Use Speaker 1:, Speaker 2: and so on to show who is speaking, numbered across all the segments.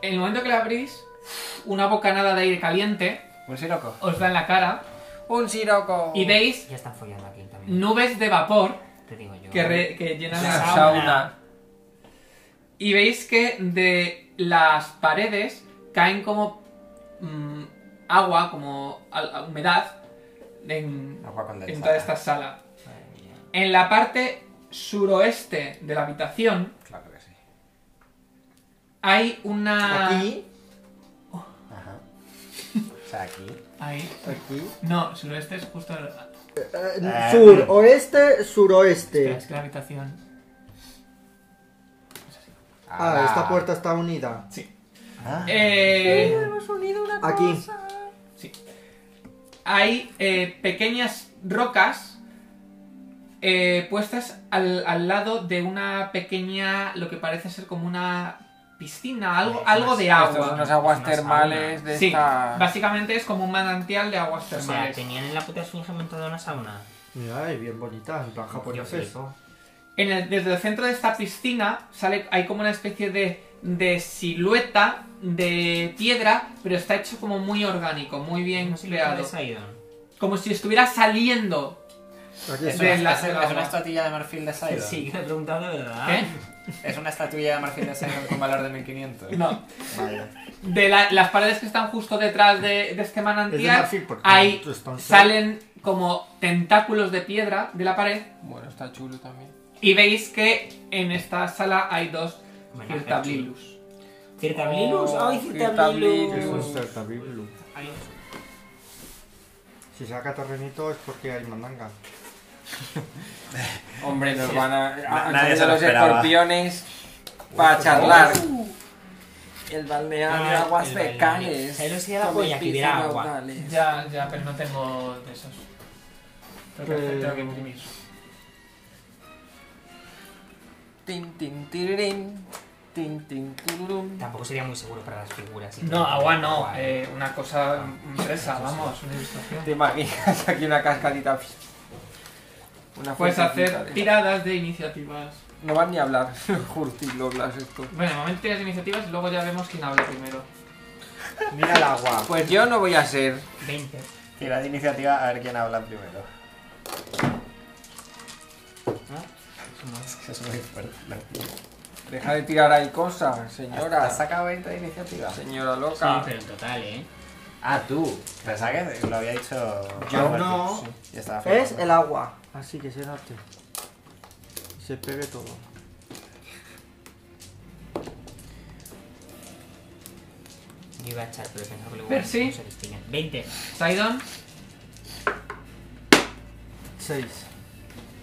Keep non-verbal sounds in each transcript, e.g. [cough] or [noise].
Speaker 1: En el momento que la abrís, una bocanada de aire caliente
Speaker 2: Un siroco.
Speaker 1: os da en la cara
Speaker 2: Un siroco.
Speaker 1: y veis
Speaker 3: Ya están follando aquí también.
Speaker 1: nubes de vapor
Speaker 3: Te digo yo.
Speaker 1: que, re- que llenan
Speaker 2: Una
Speaker 1: la
Speaker 4: Sauna.
Speaker 2: sauna.
Speaker 1: Y veis que de las paredes caen como mm, agua, como al- a- humedad en,
Speaker 2: Agua condensada.
Speaker 1: en toda esta sala. En la parte suroeste de la habitación
Speaker 2: Claro que sí.
Speaker 1: hay una...
Speaker 2: Aquí. Ajá. O sea, aquí.
Speaker 1: Ahí.
Speaker 4: Aquí.
Speaker 1: No, suroeste es justo... al-
Speaker 2: Eh.
Speaker 4: Ah, Sur, oeste,
Speaker 1: Espera,
Speaker 4: suroeste.
Speaker 1: es que la habitación...
Speaker 4: Ah,
Speaker 2: Ala.
Speaker 4: esta puerta está unida.
Speaker 1: Sí.
Speaker 2: Ah.
Speaker 1: Eh,
Speaker 4: Aquí.
Speaker 1: hay eh, pequeñas rocas eh, puestas al, al lado de una pequeña, lo que parece ser como una piscina, algo, algo de
Speaker 2: Ah, Estos son
Speaker 1: agua.
Speaker 2: unos aguas
Speaker 3: Una
Speaker 2: termales de
Speaker 1: Sí,
Speaker 2: esta.
Speaker 1: básicamente es como un manantial de aguas
Speaker 3: O sea,
Speaker 1: termales.
Speaker 3: tenían en la puta esfinge montada una sauna.
Speaker 4: Mira, es bien bonita, en plan japonés.
Speaker 3: Yo
Speaker 4: es.
Speaker 3: flipo.
Speaker 1: En el- desde el centro de esta piscina sale, hay como una especie de, de silueta de piedra, pero está hecho como muy orgánico, muy bien
Speaker 3: Una silueta
Speaker 1: creado.
Speaker 3: de Sidon.
Speaker 1: Como si estuviera saliendo.
Speaker 4: Aquí
Speaker 1: Es
Speaker 4: es
Speaker 1: de
Speaker 4: una-
Speaker 1: la-
Speaker 5: es,
Speaker 1: del
Speaker 5: una- es
Speaker 1: agua.
Speaker 5: una estatuilla de marfil de Sidon.
Speaker 3: Sí, que me he preguntado de verdad.
Speaker 1: ¿Qué?
Speaker 5: Es una estatuilla de marfil de Sidon con valor de 1500.
Speaker 1: No.
Speaker 4: Vale.
Speaker 1: De la- las paredes que están justo detrás de, de este
Speaker 4: Es de
Speaker 1: manantial,
Speaker 4: marfil porque
Speaker 1: ahí
Speaker 4: esto está en-
Speaker 1: salen como tentáculos de piedra de la pared
Speaker 2: Bueno, está chulo también.
Speaker 1: y veis que en esta sala hay dos
Speaker 3: Homenaje a Chulo.
Speaker 1: Hirtablilus.
Speaker 3: Cirtablilus.
Speaker 2: Oh,
Speaker 3: Ay,
Speaker 4: Es un
Speaker 3: Cirtablilus.
Speaker 2: Cirtablilus.
Speaker 4: certablillo.
Speaker 3: Ay,
Speaker 4: Si saca terrenito es porque hay mandanga.
Speaker 2: Hombre, nos van a.
Speaker 6: Na-
Speaker 2: Han
Speaker 6: nadie se
Speaker 2: salido
Speaker 6: lo
Speaker 2: los
Speaker 6: esperaba.
Speaker 2: escorpiones para charlar. Uh. El balneario de
Speaker 3: Ah,
Speaker 2: aguas
Speaker 3: el balneario.
Speaker 2: fecales.
Speaker 3: Ahí no se da
Speaker 2: Con
Speaker 3: polla, que hubiera
Speaker 2: piscinas
Speaker 3: agua.
Speaker 2: dales.
Speaker 1: Ya, ya, pero no tengo de esos.
Speaker 4: Tengo que- tengo que
Speaker 1: imprimir.
Speaker 2: Tin, tin, tirirín. Tin, tin, tururum.
Speaker 3: Tampoco sería muy seguro para las figuras. y
Speaker 1: No,
Speaker 3: todo.
Speaker 1: agua no,
Speaker 3: Agua.
Speaker 1: eh, una
Speaker 4: Ah,
Speaker 1: cosa impresa, vamos, una ilustración.
Speaker 2: ¿Te imaginas [laughs] aquí una cascadita? Una
Speaker 1: Puedes
Speaker 2: fuentecita
Speaker 1: hacer
Speaker 2: de-
Speaker 1: tiradas de iniciativas.
Speaker 2: No van ni a hablar. [laughs] Jurtilo hablas esto.
Speaker 1: Bueno, de momento tiras de iniciativas y luego ya vemos quién habla primero.
Speaker 4: [laughs] Mira el agua.
Speaker 2: Pues yo no voy a ser.
Speaker 3: 20.
Speaker 6: Tira de iniciativa a ver quién habla primero. Es que es muy fuerte.
Speaker 2: Deja de tirar ahí cosas,
Speaker 6: Ahora,
Speaker 2: señora.
Speaker 6: saca 20 de iniciativa.
Speaker 2: Señora
Speaker 3: Sí,
Speaker 2: loca.
Speaker 3: pero en total, ¿eh?
Speaker 6: Ah, tú. Pensaba que lo había dicho.
Speaker 4: Yo
Speaker 6: Albert,
Speaker 4: no.
Speaker 6: sí, Ya estaba
Speaker 4: Es
Speaker 6: flipando.
Speaker 4: el agua. Así que se date. Se pegue todo.
Speaker 3: Yo iba a echar, pero pensaba que luego
Speaker 1: Percy.
Speaker 3: no se distingue. 20.
Speaker 1: Sidon,
Speaker 4: 6.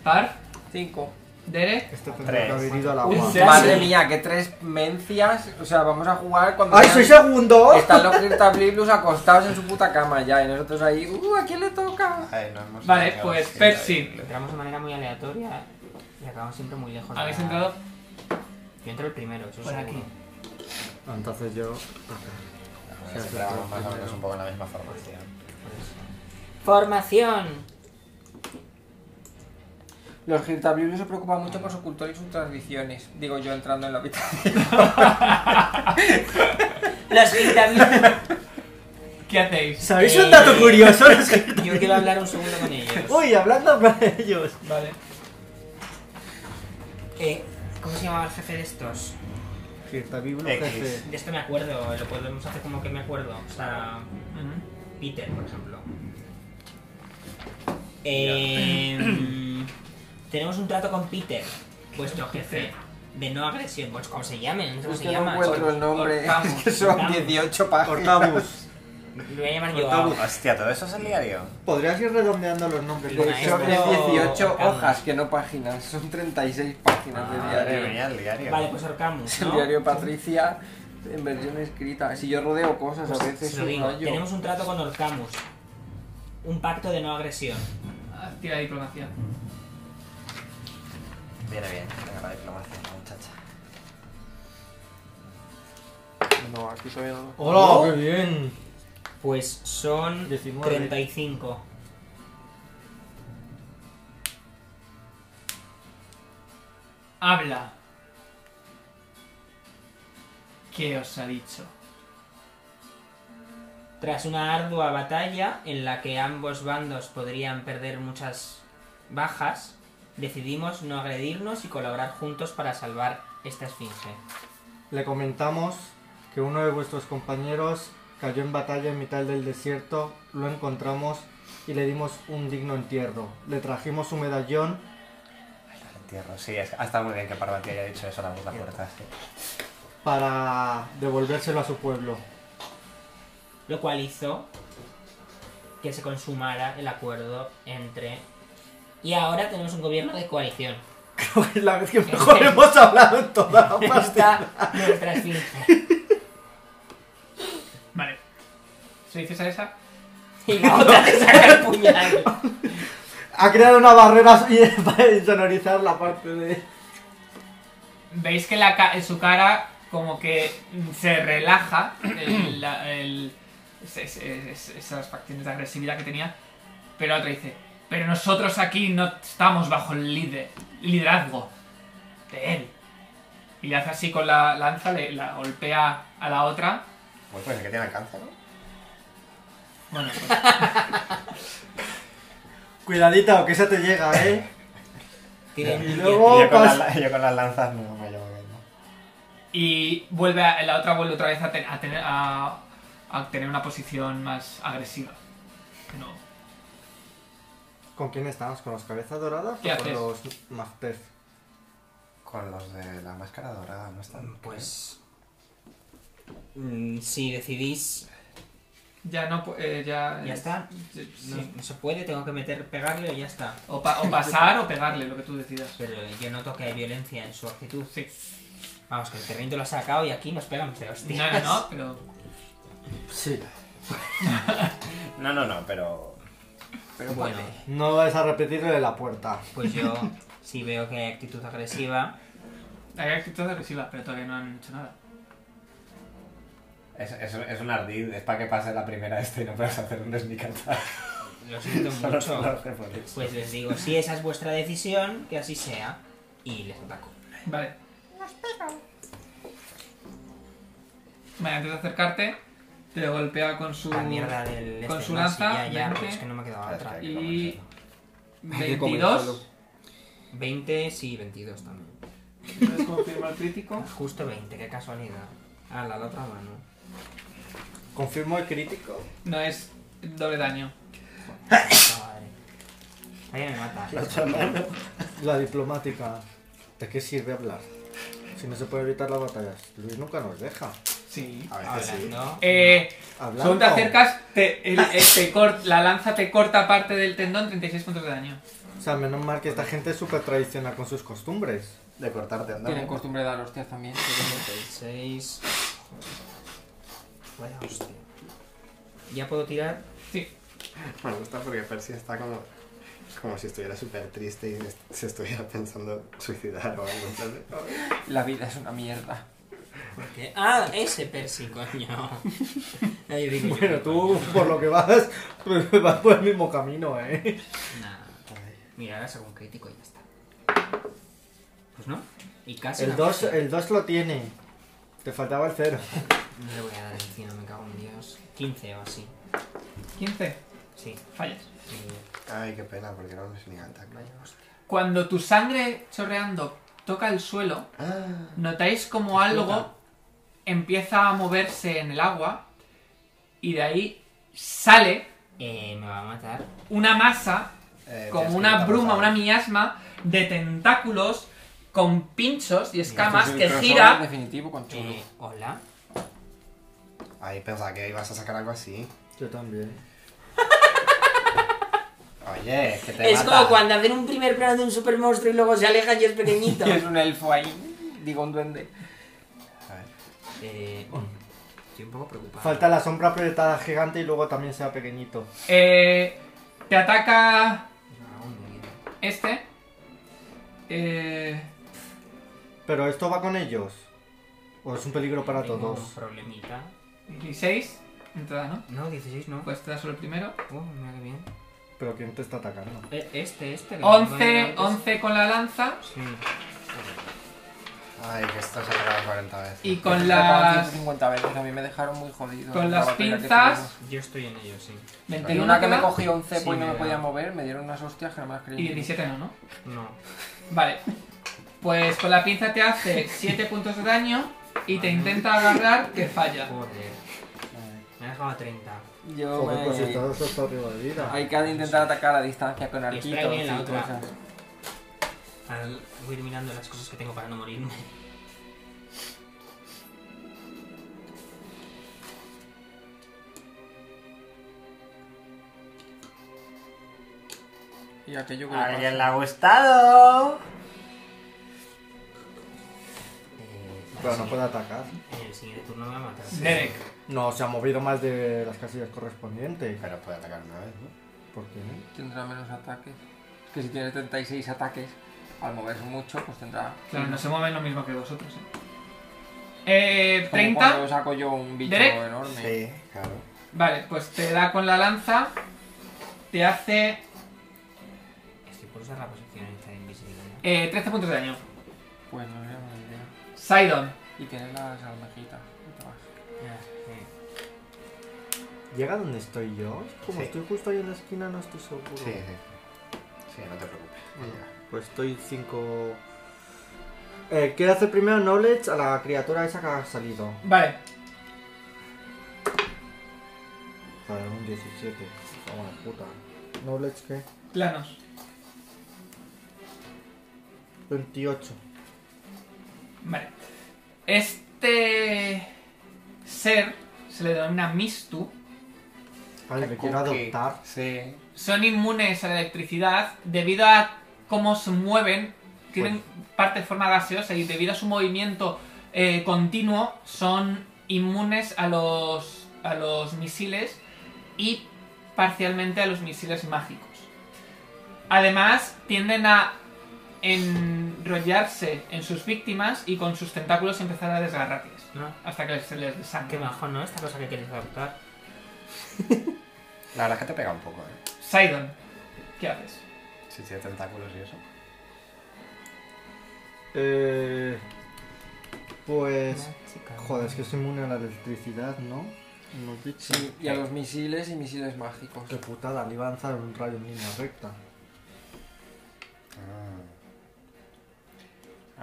Speaker 1: Par,
Speaker 2: Cinco.
Speaker 1: Derek,
Speaker 4: Este tendría que
Speaker 6: Tres.
Speaker 4: haber ido al
Speaker 1: ¿En
Speaker 4: agua.
Speaker 1: serio?
Speaker 2: Madre mía, que tres mencias. O sea, vamos a jugar cuando.
Speaker 4: ¡Ay,
Speaker 2: sean-
Speaker 4: soy segundo!
Speaker 2: Están los Cryptabliblus acostados en su puta cama ya. Y nosotros ahí. ¡Uh, a quién le toca!
Speaker 6: Ay, no hemos
Speaker 1: Vale,
Speaker 6: sacado
Speaker 1: pues,
Speaker 6: siete
Speaker 1: Percy.
Speaker 6: ahí.
Speaker 3: Entramos de manera muy aleatoria y acabamos siempre muy lejos. de
Speaker 1: habéis
Speaker 3: la-
Speaker 1: entrado
Speaker 3: Yo entro el primero, eso
Speaker 1: por
Speaker 3: seguro.
Speaker 1: aquí.
Speaker 4: Entonces yo.
Speaker 6: Bueno, siempre vamos más o menos un poco en la misma formación.
Speaker 3: Por eso. Formación.
Speaker 2: Los Cryptabliblus se preocupan mucho por su cultura y sus tradiciones. Digo yo entrando en la habitación.
Speaker 3: Las vitaminas.
Speaker 1: ¿Qué hacéis?
Speaker 4: ¿Sabéis un dato [laughs] curioso?
Speaker 3: Yo quiero hablar un segundo
Speaker 2: [laughs]
Speaker 3: con ellos.
Speaker 4: Uy, hablando para ellos.
Speaker 1: Vale.
Speaker 3: Eh, ¿Cómo se llamaba el jefe de estos?
Speaker 4: Girtabiblo,
Speaker 6: X.
Speaker 4: jefe.
Speaker 3: De esto me acuerdo, lo podemos hacer como que me acuerdo. O sea,
Speaker 1: Ujú.
Speaker 3: Peter, por ejemplo. Eh, [clears throat] tenemos un trato con Peter, vuestro jefe. De no agresión, pues como se llamen, no sé cómo
Speaker 2: Es
Speaker 3: se
Speaker 2: que no
Speaker 3: llama.
Speaker 2: encuentro el nombre.
Speaker 1: Orcamos,
Speaker 2: [laughs] Es que son
Speaker 3: orcamos.
Speaker 2: 18 páginas. [laughs]
Speaker 4: Cortabus.
Speaker 3: Lo voy a llamar yo.
Speaker 4: Octavo.
Speaker 6: Hostia, todo eso es el diario.
Speaker 4: Podrías ir redondeando los nombres.
Speaker 3: Venga,
Speaker 4: de
Speaker 2: Son
Speaker 4: esos.
Speaker 3: esto- Maestro
Speaker 2: 18
Speaker 3: Orcamos.
Speaker 2: hojas, que no páginas. Son 36 páginas de
Speaker 6: Madre
Speaker 2: Ah, diario.
Speaker 6: mía, el diario.
Speaker 3: Vale, pues ahorcamos,
Speaker 2: Es [laughs] el
Speaker 3: ¿no?
Speaker 2: diario Patricia en versión escrita. Si yo rodeo cosas a veces,
Speaker 3: Pues, Se lo
Speaker 2: un
Speaker 3: digo,
Speaker 2: rollo.
Speaker 3: tenemos un trato con Orcamus. Un pacto de no agresión.
Speaker 1: Ah, Tira de diplomacia.
Speaker 6: Viene bien, venga, la diplomacia, la muchacha.
Speaker 2: No, aquí todavía no.
Speaker 4: ¡Hola! ¡Qué bien!
Speaker 3: Pues son
Speaker 4: 19.
Speaker 3: 35.
Speaker 1: Habla. ¿Qué os ha dicho?
Speaker 3: Tras una ardua batalla en la que ambos bandos podrían perder muchas bajas, decidimos no agredirnos y colaborar juntos para salvar esta esfinge.
Speaker 4: Le comentamos que uno de vuestros compañeros cayó en batalla en mitad del desierto, lo encontramos y le dimos un digno entierro. Le trajimos su medallón
Speaker 6: Entierro, sí, es- ha estado muy bien que Parvati haya dicho eso a la voz de la puerta. sí.
Speaker 4: para devolvérselo a su pueblo.
Speaker 3: Lo cual hizo que se consumara el acuerdo entre... Y ahora tenemos un gobierno de coalición.
Speaker 4: Creo que es [laughs] la vez que mejor hemos hablado en toda la pasta.
Speaker 3: Está nuestra esfinge.
Speaker 1: Vale. ¿Se dices a esa?
Speaker 3: Y la otra te saca el puñal.
Speaker 4: Ha creado una barrera [laughs] y- para insonorizar la parte de...
Speaker 1: Veis que la ca- en su cara como que se relaja el- la- el- es- es- es- esas facciones de agresividad que tenía, pero la otra dice, pero nosotros aquí no estamos bajo el lider- liderazgo de él. Y le hace así con la lanza, le la golpea a la otra.
Speaker 6: Pues pues el que tiene alcance, ¿no?
Speaker 1: Bueno, pues,
Speaker 4: Cuidadito, que esa te llega, ¿eh?
Speaker 3: Tiene-
Speaker 4: Y luego- Oh,
Speaker 6: Y yo, con
Speaker 4: pas-
Speaker 6: las, yo con las lanzas no me llevo bien. ¿no?
Speaker 1: y vuelve a- la otra vuelve otra vez a, ten- a tener, a, a tener una posición más agresiva. De nuevo.
Speaker 4: ¿Con quién estamos? ¿Con los cabezas doradas
Speaker 1: ¿Qué
Speaker 4: o con
Speaker 1: haces?
Speaker 4: los Masters?
Speaker 6: Con los de la máscara dorada, ¿no están?
Speaker 3: Pues... mm, Si decidís
Speaker 1: Ya no, pu- eh, ya...
Speaker 3: Ya está.
Speaker 1: Sí.
Speaker 3: No, no se puede, tengo que meter, pegarle y ya está.
Speaker 1: O, pa- o pasar o pegarle, lo que tú decidas.
Speaker 3: Pero yo noto que hay violencia en su actitud.
Speaker 1: Sí.
Speaker 3: Vamos, que el terreno lo ha sacado y aquí nos pegan feos, tío.
Speaker 1: No, no, no, pero.
Speaker 4: Sí.
Speaker 6: No, no, no, pero.
Speaker 5: Pero
Speaker 3: Bueno,
Speaker 5: bueno.
Speaker 4: No vais a repetirlo de la puerta.
Speaker 3: pues yo si veo que hay actitud agresiva.
Speaker 1: Hay actitud agresiva, pero todavía no han hecho nada.
Speaker 6: Es, es, es un ardid, es para que pase la primera esta y no puedas hacer un sneak attack.
Speaker 1: [laughs]
Speaker 3: Lo siento
Speaker 6: Solo se lo
Speaker 3: mucho.
Speaker 6: hace por eso.
Speaker 3: Pues les digo, si esa es vuestra decisión, que así sea. Y les ataco.
Speaker 1: Vale. Vale, antes de acercarte, te golpea con su.
Speaker 3: La mierda del.
Speaker 1: Con
Speaker 3: este,
Speaker 1: su
Speaker 3: no, sí,
Speaker 1: lanza,
Speaker 3: Ya, ya,
Speaker 1: veinte.
Speaker 3: es que no me quedaba otra.
Speaker 1: Y.
Speaker 2: Hay que comenzarlo.
Speaker 1: 22.
Speaker 3: 20, sí, 22 también.
Speaker 1: ¿Puedes confirmar crítico?
Speaker 3: Justo 20, qué casualidad. Ah, la otra mano.
Speaker 4: Confirmo el crítico.
Speaker 1: No es doble daño.
Speaker 3: Puta madre. Ahí me mata.
Speaker 4: La diplomática. ¿De qué sirve hablar? Si no se puede evitar las batallas. Luis nunca nos deja.
Speaker 1: Sí.
Speaker 6: A
Speaker 3: Ah,
Speaker 6: veces sí.
Speaker 3: Hablando.
Speaker 1: Eh.
Speaker 4: Hablando.
Speaker 1: Según te acercas, te, el- eh, te cort- la lanza te corta parte del tendón, 36 puntos de daño.
Speaker 4: O sea, menos mal que esta gente es súper tradicional con sus costumbres.
Speaker 6: De cortarte, anda.
Speaker 2: Tienen costumbre de dar hostias también.
Speaker 3: seis Vaya hostia. Ya puedo tirar.
Speaker 1: Sí.
Speaker 6: Me gusta porque Percy está como. Como si estuviera súper triste y se estuviera [laughs] pensando suicidar o algo. ¿sabes?
Speaker 2: La vida es una mierda.
Speaker 3: Porque... Ah, ese Percy,
Speaker 4: [laughs]
Speaker 3: coño. Ahí digo yo, coño.
Speaker 4: Bueno, tú, por lo que vas, [laughs] vas por el mismo camino, ¿eh?
Speaker 3: Nah. Mira, ahora saco un crítico y ya está. Pues no. Y casi.
Speaker 4: El
Speaker 3: la
Speaker 4: 2
Speaker 3: pego.
Speaker 4: el dos lo tiene. Te faltaba el 0.
Speaker 3: No le voy a dar el tiro, me cago en Dios. 15 o así.
Speaker 1: 15.
Speaker 3: Sí.
Speaker 1: Fallas.
Speaker 3: Y-
Speaker 6: Ay, qué pena, porque era un sneak attack.
Speaker 3: Vaya hostia.
Speaker 1: Cuando tu sangre chorreando toca el suelo,
Speaker 6: Ah,
Speaker 1: notáis como algo empieza a moverse en el agua y de ahí sale
Speaker 3: Eh, me va a matar.
Speaker 1: una masa,
Speaker 6: eh, tienes
Speaker 1: como
Speaker 6: que
Speaker 1: una
Speaker 6: quitar
Speaker 1: bruma,
Speaker 6: los
Speaker 1: una
Speaker 6: dados.
Speaker 1: miasma de tentáculos con pinchos y escamas
Speaker 2: Esto es
Speaker 1: que
Speaker 2: el crossover
Speaker 1: gira.
Speaker 2: definitivo con chulo.
Speaker 3: Eh, hola.
Speaker 6: Ay, pensaba que ibas a sacar algo así.
Speaker 4: Yo también.
Speaker 6: Oye, que te
Speaker 3: Es
Speaker 6: mata.
Speaker 3: como cuando hacen un primer plano de un super monstruo y luego se alejan y es
Speaker 4: [laughs]
Speaker 3: pequeñito.
Speaker 2: Y es un elfo ahí. Digo, un duende.
Speaker 6: A ver,
Speaker 3: eh, mm, estoy un poco preocupado.
Speaker 4: Oh. Falta la sombra proyectada gigante y luego también sea pequeñito.
Speaker 1: Eh, te ataca
Speaker 3: No, un miedo.
Speaker 1: este. Eh,
Speaker 4: Pero esto va con ellos. O es un peligro para
Speaker 3: Tengo
Speaker 4: todos.
Speaker 3: un problemita.
Speaker 1: 16. No te da, ¿no?
Speaker 3: No, 16 no.
Speaker 1: Pues te da solo el primero.
Speaker 3: Oh, mira qué bien.
Speaker 4: Pero ¿quién te está atacando?
Speaker 3: Eh, Este, este. que me lo
Speaker 1: 11,
Speaker 3: ponen antes.
Speaker 1: 11 con la lanza.
Speaker 3: Sí.
Speaker 6: Ay, que esto se ha pegado 40 veces.
Speaker 1: Y con
Speaker 2: Acabo
Speaker 1: las.
Speaker 2: 150 veces, a mí me dejaron muy jodido.
Speaker 1: Con
Speaker 2: La
Speaker 1: las
Speaker 2: batalla que
Speaker 1: pinzas.
Speaker 2: tuvimos.
Speaker 3: Yo estoy en ello, sí.
Speaker 2: Y
Speaker 1: 21
Speaker 2: una que
Speaker 1: te
Speaker 2: me
Speaker 1: da,
Speaker 2: cogió un cepo
Speaker 3: Sí,
Speaker 2: y no
Speaker 3: me
Speaker 2: me
Speaker 3: da.
Speaker 2: podía mover, me dieron unas hostias que no me las creí.
Speaker 1: Y 17 no, ¿no?
Speaker 3: No.
Speaker 1: Vale. Pues con la pinza te hace 7 puntos de daño y te intenta agarrar que falla.
Speaker 3: Joder. Me ha dejado a 30.
Speaker 2: Yo
Speaker 4: Joder, pues
Speaker 2: me...
Speaker 4: estás hasta arriba de vida.
Speaker 2: Hay que intentar atacar a distancia con
Speaker 3: Y espera que
Speaker 2: arquitos
Speaker 3: viene la
Speaker 2: y
Speaker 3: otra.
Speaker 2: cosas.
Speaker 3: Ahora voy a ir mirando las cosas que tengo para no [laughs] morirme.
Speaker 2: Y aquello que
Speaker 5: ¿A
Speaker 2: le
Speaker 5: alguien
Speaker 2: pasa.
Speaker 5: le ha gustado?
Speaker 3: Eh,
Speaker 4: Pero no puede atacar.
Speaker 3: En el siguiente turno me va a matar.
Speaker 1: Derek.
Speaker 4: No, se ha movido más de las casillas correspondientes.
Speaker 6: Pero puede atacar una vez, ¿no?
Speaker 4: ¿Por qué no?
Speaker 2: Tendrá menos ataques. Es que si tiene 36 ataques, al moverse mucho, pues tendrá...
Speaker 1: Claro, no se mueven lo mismo que vosotros. ¿eh? Eh,
Speaker 2: Como
Speaker 1: 30.
Speaker 2: cuando saco yo un bicho
Speaker 1: Derek.
Speaker 2: enorme.
Speaker 6: Sí, claro.
Speaker 1: Vale, pues te da con la lanza. Te hace
Speaker 3: Estoy por usar la posición esta de invisibilidad.
Speaker 1: eh, 13 puntos de daño.
Speaker 2: Pues no era una idea.
Speaker 1: Sidon.
Speaker 2: Y tiene las almejitas. no te vas.
Speaker 3: Ya, eh. sí.
Speaker 4: ¿Llega donde estoy yo? Como
Speaker 6: Sí.
Speaker 4: estoy justo ahí en la esquina, no estoy seguro.
Speaker 6: Sí, sí. Sí, no te preocupes.
Speaker 4: Pues estoy 5. Eh, quiero hacer primero knowledge a la criatura esa que ha salido.
Speaker 1: Vale,
Speaker 4: Para un 17. Vamos a la puta. ¿Knowledge qué?
Speaker 1: planos.
Speaker 4: 28.
Speaker 1: Vale. Este ser se le denomina Mistu.
Speaker 4: Ay, me quiero adoptar.
Speaker 5: Sí.
Speaker 1: Son inmunes a la electricidad debido a cómo se mueven. Tienen parte de forma gaseosa y debido a su movimiento eh, continuo son inmunes a los, a los misiles y parcialmente a los misiles mágicos. Además, tienden a enrollarse en sus víctimas y con sus tentáculos empezar a desgarrarles.
Speaker 3: No,
Speaker 1: Hasta que se les
Speaker 3: qué
Speaker 1: desangre.
Speaker 3: bajo, ¿no? Esta cosa que queréis adoptar.
Speaker 6: La verdad es que te pega un poco, ¿eh?
Speaker 1: Sidon, ¿qué haces?
Speaker 6: Si tiene tentáculos y eso.
Speaker 4: Eh. Pues.
Speaker 3: Chica.
Speaker 4: Joder, es que soy inmune a la electricidad, ¿no? No dicho.
Speaker 2: Sí, y a los misiles y misiles mágicos.
Speaker 4: Qué putada, le iba a lanzar un rayo en línea recta.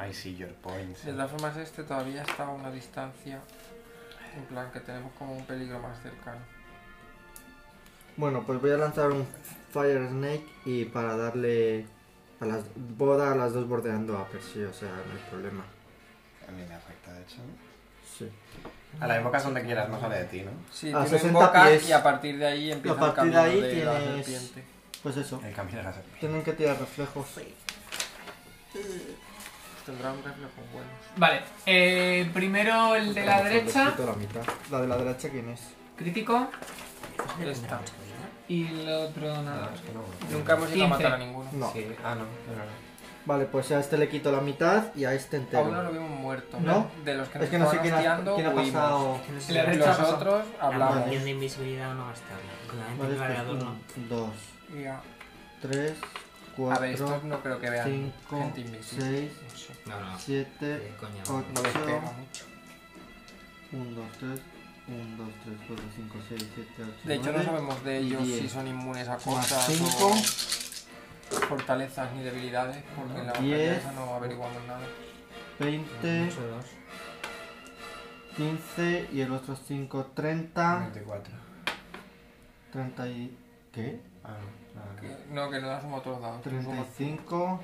Speaker 6: I see Ah. your point.
Speaker 2: De todas formas, este todavía está a una distancia. En plan, que tenemos como un peligro más cercano.
Speaker 4: Bueno, pues voy a lanzar un Fire Snake y para darle a las boda a las dos bordeando a Percy, o sea, no hay problema.
Speaker 6: A mí me afecta, de hecho.
Speaker 4: Sí.
Speaker 6: A la invocas donde quieras, no sale de ti, ¿no?
Speaker 2: Sí,
Speaker 4: A
Speaker 2: tiene
Speaker 4: 60
Speaker 2: boca
Speaker 4: pies.
Speaker 2: y a partir de ahí empieza
Speaker 4: A partir
Speaker 2: el
Speaker 4: de
Speaker 2: camino
Speaker 4: ahí
Speaker 2: de la
Speaker 4: tienes-
Speaker 2: serpiente.
Speaker 4: Pues eso.
Speaker 6: El camino de la serpiente.
Speaker 4: Tienen que tirar reflejos.
Speaker 2: Tendrá un reflejo bueno.
Speaker 1: Vale, eh, primero el de la
Speaker 4: Vamos, les
Speaker 1: derecha,
Speaker 4: quito La, mitad. la de la derecha, ¿quién es?
Speaker 1: crítico,
Speaker 2: Está.
Speaker 1: y el otro nada.
Speaker 6: No, es que no.
Speaker 2: Nunca hemos ido
Speaker 1: 15.
Speaker 2: a matar a ninguno.
Speaker 4: No.
Speaker 6: Sí. Ah, no. no, no, no.
Speaker 4: Vale, pues a este le quito la mitad y a este entero.
Speaker 2: Aún no lo vimos muerto.
Speaker 4: ¿No?
Speaker 2: De los que nos
Speaker 4: es que no sé
Speaker 2: estaban
Speaker 4: quién ha,
Speaker 2: hostiando,
Speaker 4: quién ha
Speaker 2: huimos.
Speaker 4: pasado.
Speaker 3: Que no
Speaker 1: Le
Speaker 3: sé si
Speaker 1: habré
Speaker 2: Los
Speaker 1: hecho- pasado.
Speaker 2: otros
Speaker 3: La
Speaker 2: hablamos.
Speaker 3: poción de invisibilidad no gastarla. Claramente
Speaker 4: Vale,
Speaker 3: no la de
Speaker 4: pues,
Speaker 3: adorno.
Speaker 4: uno, dos,
Speaker 2: Y a-
Speaker 4: tres,
Speaker 2: A ver,
Speaker 4: cuatro,
Speaker 2: estos no creo que vean
Speaker 4: cinco,
Speaker 2: gente invisible.
Speaker 4: seis,
Speaker 2: No sé,
Speaker 3: No, no.
Speaker 4: siete,
Speaker 3: Eh, coño.
Speaker 2: no les
Speaker 4: ocho,
Speaker 2: pega mucho.
Speaker 4: 1, 2, 3, 1, 2, 3, 4, 5, 6, 7, 8,
Speaker 2: De hecho, no sabemos de
Speaker 4: y
Speaker 2: ellos
Speaker 4: diez.
Speaker 2: si son inmunes a
Speaker 4: Más
Speaker 2: cosas
Speaker 4: cinco.
Speaker 2: o fortalezas ni debilidades, porque en la
Speaker 4: Diez.
Speaker 2: fortaleza no averiguamos nada.
Speaker 4: 20,
Speaker 3: Mucho dos.
Speaker 4: 15 y el otro 5, 30,
Speaker 6: 24.
Speaker 4: 30 y... ¿qué?
Speaker 6: Ah, no. no, no.
Speaker 2: Que- no, que no las sumo todos los dados. no sumo-
Speaker 4: 35,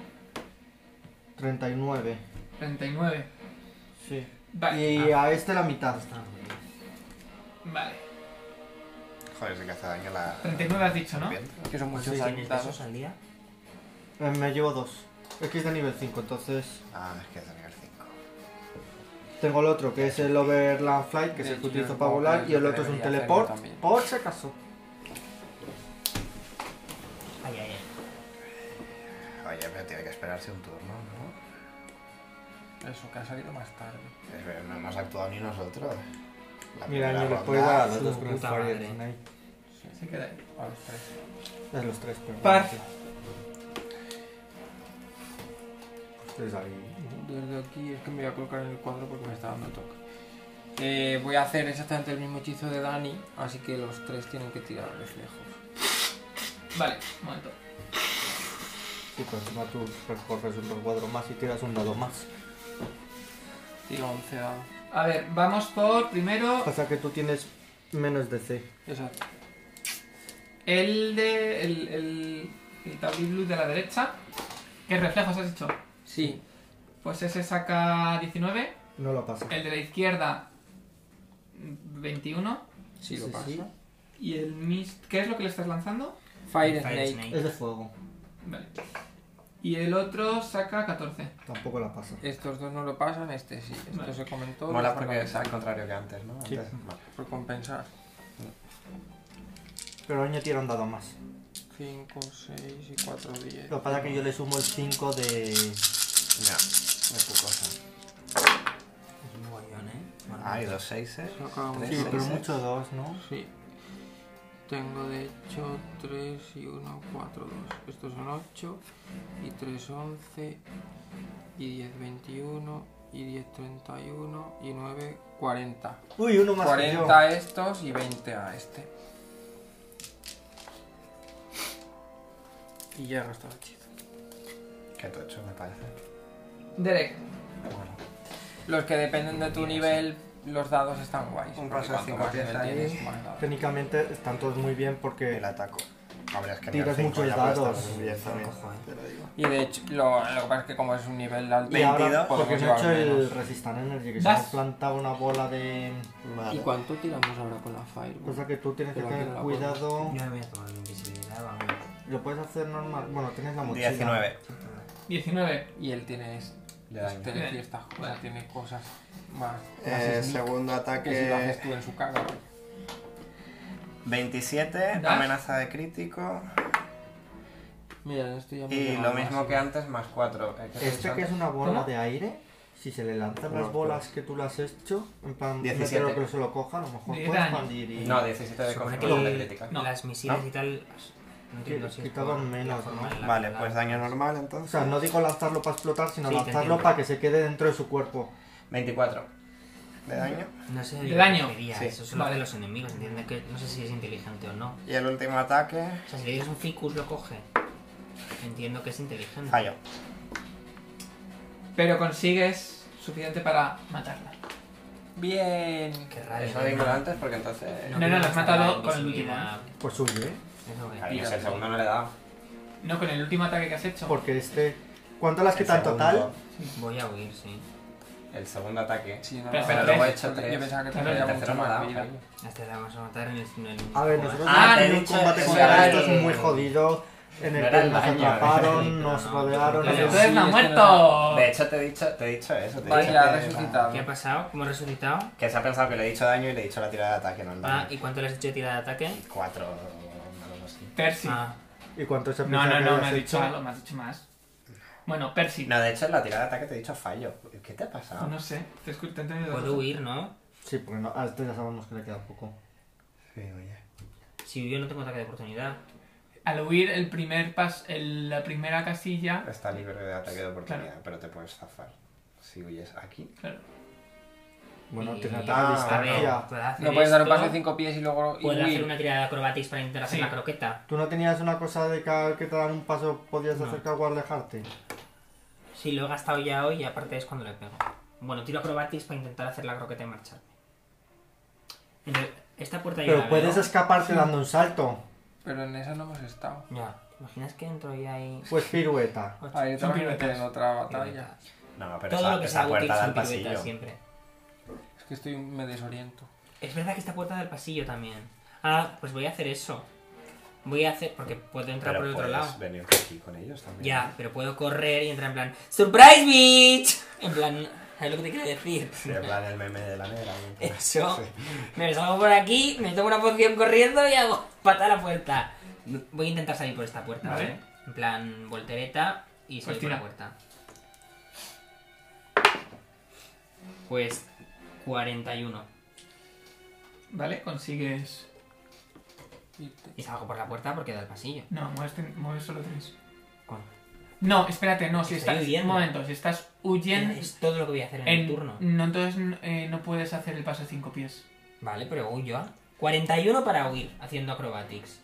Speaker 4: 39.
Speaker 1: 39.
Speaker 4: Sí.
Speaker 1: Vale,
Speaker 4: Y
Speaker 2: Ah.
Speaker 4: a este la mitad.
Speaker 3: Está muy bien.
Speaker 1: vale.
Speaker 6: Joder, se que hace daño la.
Speaker 1: 39 has dicho, ¿no?
Speaker 6: serpiente.
Speaker 2: Pues Que son muchos
Speaker 3: ¿Tienes de esos
Speaker 2: dados.
Speaker 3: al día?
Speaker 4: Eh, Me llevo dos. Es que es de nivel 5, entonces
Speaker 6: Ah, es que es de nivel 5.
Speaker 4: tengo el otro que es el Overland Flight, que es
Speaker 2: De
Speaker 4: el que
Speaker 2: hecho,
Speaker 4: utilizo
Speaker 2: yo
Speaker 4: para
Speaker 2: no
Speaker 4: volar,
Speaker 2: creo
Speaker 4: y el
Speaker 2: que
Speaker 4: otro es un
Speaker 2: debería hacerlo
Speaker 4: teleport,
Speaker 2: también.
Speaker 4: por si acaso.
Speaker 3: Ay, ay, ay.
Speaker 6: Oye, pero tiene que esperarse un turno, ¿no?
Speaker 2: Eso, que ha salido más tarde.
Speaker 6: Es ver, no hemos actuado ni nosotros. La
Speaker 4: Mira,
Speaker 6: primera
Speaker 4: ni le
Speaker 6: ronda- Ah,
Speaker 4: puedo dar a los
Speaker 3: su
Speaker 4: dos con el
Speaker 3: puta
Speaker 4: Fire
Speaker 3: madre.
Speaker 4: Snake.
Speaker 2: Sí,
Speaker 1: Se queda ahí.
Speaker 2: a los tres.
Speaker 4: Es los tres, pero.
Speaker 1: Par.
Speaker 4: Desde ahí.
Speaker 2: pierdo aquí. Es que me voy a colocar en el cuadro porque me está dando toque. Eh, voy a hacer exactamente el mismo hechizo de Dani, así que los tres tienen que tirar reflejos.
Speaker 1: Vale, un momento.
Speaker 4: Y continúa tú recorres otro cuadro más y tiras un dado más.
Speaker 2: Tiro 11 dados.
Speaker 1: A ver, vamos por primero
Speaker 4: Pasa que tú tienes menos DC.
Speaker 2: Exacto.
Speaker 1: el de. el. el. el Tauri Blue de la derecha. ¿Qué reflejos has hecho?
Speaker 2: Sí,
Speaker 1: Pues ese saca 19.
Speaker 4: No lo pasa.
Speaker 1: El de la izquierda. 21.
Speaker 2: sí lo
Speaker 4: Sí,
Speaker 2: paso.
Speaker 4: sí.
Speaker 1: Y el mist. ¿Qué es lo que le estás lanzando?
Speaker 2: Fire,
Speaker 3: Fire
Speaker 2: Snake.
Speaker 3: Snake.
Speaker 4: Es de fuego.
Speaker 1: Vale. Y el otro saca 14.
Speaker 4: Tampoco la pasa.
Speaker 2: Estos dos no lo pasan, este sí. Esto
Speaker 1: Vale.
Speaker 2: se comentó.
Speaker 6: Mola
Speaker 2: esto
Speaker 6: porque
Speaker 2: no.
Speaker 6: es al contrario que antes, ¿no?
Speaker 4: Sí.
Speaker 6: Antes, vale.
Speaker 2: Por compensar.
Speaker 4: Pero año tira un dado más.
Speaker 2: 5, 6 y 4, 10.
Speaker 4: Lo que pasa es que yo le sumo el 5 de.
Speaker 6: Ya, de tu cosa.
Speaker 3: Es un mogollón, ¿eh? Bueno,
Speaker 6: Hay dos seises.
Speaker 2: Lo acabamos
Speaker 6: Tres,
Speaker 4: Sí, pero
Speaker 6: seis, eh.
Speaker 4: mucho dos, ¿no?
Speaker 2: Sí. Tengo de hecho 3 y 1, 4, 2. Estos son 8 y 3, 11 y 10, 21 y 10, 31 y 9, 40.
Speaker 4: Uy, uno más que yo.
Speaker 2: 40 a estos y 20 a este. Y ya he gastado el hechizo.
Speaker 6: Qué tocho, me parece.
Speaker 1: Derek.
Speaker 6: Bueno.
Speaker 2: Los que dependen de tu nivel, los dados están guays.
Speaker 6: Un
Speaker 2: porque
Speaker 6: paso de
Speaker 2: cuanto
Speaker 6: cinco
Speaker 2: más nivel
Speaker 6: pies ahí.
Speaker 2: tienes, más dados.
Speaker 4: Técnicamente están todos muy bien porque
Speaker 6: El ataco. Habrías que
Speaker 4: Tiras muchos dados.
Speaker 2: Y de hecho, lo, lo que pasa es que como es un nivel alto,
Speaker 4: Y ahora,
Speaker 6: 22,
Speaker 4: porque
Speaker 2: podemos
Speaker 4: no
Speaker 2: llevar
Speaker 4: he hecho el
Speaker 2: menos.
Speaker 4: Resistant Energy, que
Speaker 1: Das.
Speaker 4: se me ha plantado una bola de...
Speaker 2: ¿Y cuánto tiramos ahora con la Fireball?
Speaker 4: Cosa que tú tienes que
Speaker 2: Pero aquí
Speaker 4: tener
Speaker 2: no la
Speaker 3: Yo
Speaker 4: cuidado.
Speaker 3: me voy a tomar mi invisibilidad, vamos.
Speaker 4: Lo puedes hacer normal. Bueno, tienes la mochila.
Speaker 6: 19.
Speaker 1: 19.
Speaker 2: Y él tiene es-
Speaker 6: Le da
Speaker 2: este
Speaker 1: bien.
Speaker 2: y estas cosas,
Speaker 1: Vale.
Speaker 2: tiene cosas más.
Speaker 7: Eh,
Speaker 2: más sneak
Speaker 7: segundo
Speaker 2: que si lo haces
Speaker 7: ataque
Speaker 2: tú en su cara. vaya.
Speaker 6: 27,
Speaker 1: Dash.
Speaker 6: amenaza de crítico.
Speaker 2: Mira, en esto ya me
Speaker 6: Y
Speaker 2: llega
Speaker 6: lo
Speaker 2: más,
Speaker 6: mismo
Speaker 2: ¿no?
Speaker 6: que antes, más 4.
Speaker 4: Este que es una bola
Speaker 1: ¿Cómo?
Speaker 4: de aire, si se le lanzan
Speaker 7: No,
Speaker 4: las
Speaker 7: no.
Speaker 4: bolas que tú le has hecho, en plan, no
Speaker 6: 17.
Speaker 4: creo que se lo coja, a lo mejor
Speaker 1: Diez
Speaker 4: puede
Speaker 1: daño.
Speaker 4: expandir y...
Speaker 6: No, 17 de
Speaker 3: Supone
Speaker 6: confirmación de
Speaker 3: que
Speaker 6: crítica.
Speaker 1: No.
Speaker 3: Las misiles
Speaker 6: No.
Speaker 3: y tal. No entiendo si es
Speaker 4: quitado
Speaker 3: por
Speaker 4: menos,
Speaker 3: la forma
Speaker 4: ¿no?
Speaker 3: en la
Speaker 6: Vale,
Speaker 3: que la-
Speaker 6: pues daño normal
Speaker 4: O
Speaker 6: entonces.
Speaker 4: sea, no digo lanzarlo para explotar, sino
Speaker 3: Sí, te
Speaker 4: lanzarlo
Speaker 3: entiendo.
Speaker 4: para que se quede dentro de su cuerpo.
Speaker 6: 24 de daño.
Speaker 3: No sé
Speaker 1: De
Speaker 3: lo
Speaker 1: daño.
Speaker 3: que quería,
Speaker 6: Sí.
Speaker 3: Eso es lo
Speaker 1: Vale.
Speaker 3: de los enemigos, entiende que no sé si es inteligente o no.
Speaker 6: Y el último ataque.
Speaker 3: O sea, si le dices un ficus lo coge. Entiendo que es inteligente.
Speaker 6: Fallo.
Speaker 1: Pero consigues suficiente para matarla.
Speaker 2: Bien.
Speaker 3: Qué raro.
Speaker 6: Eso dímelo antes porque entonces.
Speaker 1: No, no, lo has matado con el
Speaker 4: Pues huye, ¿eh?
Speaker 3: Eso que-
Speaker 6: Cariño, si el segundo no le he dado.
Speaker 1: No con el último ataque que has hecho.
Speaker 4: Porque este... ¿Cuánto las
Speaker 6: El
Speaker 4: quitan
Speaker 6: segundo-
Speaker 4: total?
Speaker 3: Voy a huir, sí.
Speaker 6: El segundo ataque.
Speaker 2: Sí, no,
Speaker 1: Pero
Speaker 2: no, no,
Speaker 1: luego
Speaker 6: he hecho
Speaker 2: porque
Speaker 6: tres.
Speaker 2: Yo pensaba que
Speaker 1: Claro,
Speaker 2: tenía
Speaker 1: el
Speaker 6: tercero
Speaker 2: mucho
Speaker 6: me ha
Speaker 2: más
Speaker 6: dado,
Speaker 2: vida.
Speaker 6: claro.
Speaker 3: Hasta la vamos a matar en el. en el-
Speaker 4: A ver, nosotros
Speaker 6: Ah,
Speaker 4: en
Speaker 6: te he
Speaker 4: un
Speaker 6: dicho-
Speaker 4: combate
Speaker 6: eso
Speaker 4: contra
Speaker 6: era
Speaker 4: estos
Speaker 6: el-
Speaker 4: muy jodido, en el
Speaker 6: No
Speaker 4: que
Speaker 6: era el eh.
Speaker 4: nos
Speaker 6: daño,
Speaker 4: atraparon,
Speaker 6: [laughs]
Speaker 3: pero
Speaker 4: nos
Speaker 3: no.
Speaker 4: rodearon...
Speaker 1: Pero
Speaker 3: Pero
Speaker 4: nos-
Speaker 1: entonces
Speaker 2: sí,
Speaker 1: no ha
Speaker 2: es que
Speaker 1: muerto.
Speaker 6: De hecho, te he dicho, te he dicho eso. Te he
Speaker 2: Vale,
Speaker 6: dicho
Speaker 2: la ha
Speaker 6: que-
Speaker 2: resucitado.
Speaker 3: ¿Qué ha pasado? ¿Cómo he resucitado?
Speaker 6: Que se ha pensado que le he dicho daño y le he dicho la tirada de ataque, no el
Speaker 3: Ah,
Speaker 6: daño.
Speaker 3: ¿y cuánto le has hecho de tirada de ataque?
Speaker 6: 4 o algo así.
Speaker 1: Percy.
Speaker 3: Ah,
Speaker 4: ¿Y cuánto se
Speaker 1: no,
Speaker 4: piensa
Speaker 1: no,
Speaker 4: que
Speaker 1: no, me
Speaker 4: habías
Speaker 1: has dicho
Speaker 4: hecho?
Speaker 1: algo, me has dicho más. Bueno, Percy.
Speaker 6: No, de hecho, en la tirada de ataque te he dicho fallo. ¿Qué te ha pasado?
Speaker 1: No sé, te he escu- te he entendido.
Speaker 3: puedo huir, ¿no?
Speaker 4: Sí, porque no, a este ya sabemos que le queda poco.
Speaker 6: Sí, oye.
Speaker 3: Si huyo no tengo ataque de oportunidad.
Speaker 1: Al huir el primer pas, el- la primera casilla,
Speaker 6: Está libre de ataque de oportunidad,
Speaker 1: Claro.
Speaker 6: pero te puedes zafar. Si huyes aquí.
Speaker 1: claro.
Speaker 4: Bueno,
Speaker 3: Y-
Speaker 4: tiene
Speaker 6: Ah,
Speaker 4: ataque a
Speaker 3: A ver,
Speaker 4: distancia.
Speaker 3: puedo hacer
Speaker 2: No puedes dar un
Speaker 3: esto,
Speaker 2: paso de 5 pies y luego. y
Speaker 3: Puedo hacer
Speaker 2: huir.
Speaker 3: una tirada de acrobatics para intentar hacer
Speaker 1: Sí.
Speaker 3: la croqueta.
Speaker 4: ¿Tú no tenías una cosa de cada vez que te dan un paso podías
Speaker 3: No.
Speaker 4: acercar o alejarte?
Speaker 3: Si lo he gastado ya hoy, y aparte es cuando le pego. Bueno, tiro acrobatics para intentar hacer la croqueta y marcharme. Entonces, esta puerta ya
Speaker 4: Pero
Speaker 3: la
Speaker 4: puedes
Speaker 3: veo.
Speaker 4: escaparte dando un salto.
Speaker 2: Pero en esa no hemos estado.
Speaker 3: Ya, ¿te imaginas que entro y hay...
Speaker 4: Pues pirueta.
Speaker 3: ocho
Speaker 2: Ahí te
Speaker 1: Son
Speaker 2: vas a meter
Speaker 1: piruetas.
Speaker 2: en otra batalla.
Speaker 3: piruetas?
Speaker 6: No, pero
Speaker 3: Todo
Speaker 6: esa,
Speaker 3: lo que
Speaker 6: esa
Speaker 3: sea útil
Speaker 6: puerta da
Speaker 3: son
Speaker 6: al
Speaker 3: piruetas
Speaker 6: pasillo.
Speaker 3: siempre.
Speaker 2: Es que estoy, me desoriento.
Speaker 3: Es verdad que esta puerta da al pasillo también. Ah, pues voy a hacer eso. Voy a hacer... Porque puedo entrar
Speaker 6: Pero
Speaker 3: por el otro
Speaker 6: puedes
Speaker 3: lado.
Speaker 6: venir aquí con ellos también.
Speaker 3: Ya, pero puedo correr y entrar en plan... ¡Surprise, bitch! En plan... ¿Sabes lo que te quiero decir?
Speaker 6: Sí, en plan el meme de la negra. ¿no?
Speaker 3: Eso.
Speaker 6: Sí.
Speaker 3: Me salgo por aquí, me tomo una poción corriendo y hago pata a la puerta. Voy a intentar salir por esta puerta,
Speaker 1: Vale.
Speaker 3: ¿vale? En plan, voltereta y
Speaker 1: Pues
Speaker 3: salir por la
Speaker 1: tira.
Speaker 3: puerta. Pues 41.
Speaker 1: ¿Vale? Consigues.
Speaker 2: Y te-
Speaker 3: Y salgo por la puerta porque da el pasillo.
Speaker 1: No, mueves, ten- mueves solo tres.
Speaker 3: Bueno,
Speaker 1: No, espérate, no, si
Speaker 3: Estoy
Speaker 1: estás. Un
Speaker 3: huyendo.
Speaker 1: momento, si estás huyendo.
Speaker 3: Es todo lo que voy a hacer en,
Speaker 1: en-
Speaker 3: el turno.
Speaker 1: No, entonces eh, no puedes hacer el paso de cinco pies.
Speaker 3: Vale, pero huyo. ah. 41 para huir, haciendo acrobatics.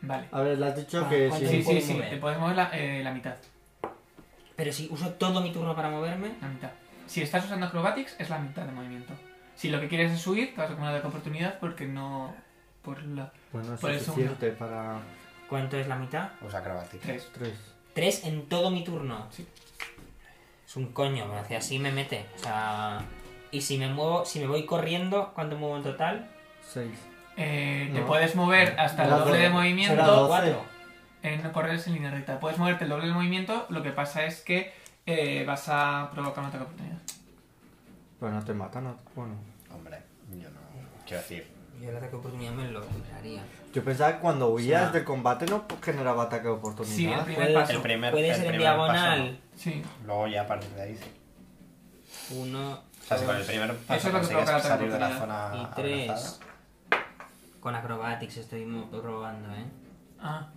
Speaker 1: Vale.
Speaker 4: A ver, le has dicho
Speaker 3: Ah,
Speaker 4: que
Speaker 3: ¿cuánto
Speaker 4: sí.
Speaker 1: Sí, sí,
Speaker 3: puedes
Speaker 1: sí,
Speaker 3: mover.
Speaker 1: te puedes mover la, eh, la mitad.
Speaker 3: Pero si uso todo mi turno para moverme,
Speaker 1: La mitad. Si estás usando acrobatics, es la mitad de movimiento. Si lo que quieres es huir, te vas a comer una de oportunidad porque no. Por la.
Speaker 4: Bueno, es
Speaker 1: Por eso
Speaker 4: suficiente para
Speaker 3: ¿cuánto es la mitad?
Speaker 6: Usa acrobática.
Speaker 1: 3.
Speaker 4: tres.
Speaker 3: 3 en todo mi turno.
Speaker 1: Sí.
Speaker 3: Es un coño, me hace así me mete. O sea. Y si me muevo, si me voy corriendo, ¿cuánto muevo en total?
Speaker 4: Seis.
Speaker 1: Eh, Te
Speaker 4: No.
Speaker 1: puedes mover hasta el
Speaker 4: Será
Speaker 1: doble de
Speaker 4: doce.
Speaker 1: movimiento.
Speaker 4: Será doce.
Speaker 3: 4.
Speaker 1: Eh, no corres en línea recta. Puedes moverte el doble del movimiento, lo que pasa es que eh, vas a provocar una ataque de oportunidad.
Speaker 4: Bueno, te matan. ¿no? Bueno.
Speaker 6: Hombre, yo no. Quiero decir,
Speaker 3: Yo el ataque de oportunidad me lo superaría.
Speaker 4: Yo pensaba que cuando huías
Speaker 3: sea-
Speaker 4: del combate no generaba ataque de
Speaker 1: Sí, el
Speaker 4: oportunidad.
Speaker 1: primer
Speaker 3: Puede-
Speaker 1: paso.
Speaker 6: el primer.
Speaker 3: Puede
Speaker 6: el
Speaker 3: ser en
Speaker 6: primer
Speaker 3: diagonal.
Speaker 1: Sí,
Speaker 6: paso, luego ya a partir de ahí sí.
Speaker 3: 1,
Speaker 6: O sea, si con el primer
Speaker 1: Eso
Speaker 6: paso
Speaker 1: es lo que
Speaker 6: consigues
Speaker 1: provoca la
Speaker 6: salir de la
Speaker 1: oportunidad.
Speaker 6: zona
Speaker 3: Y tres.
Speaker 6: amenazada,
Speaker 3: Con acrobatics estoy mo- probando, ¿eh?
Speaker 1: ah,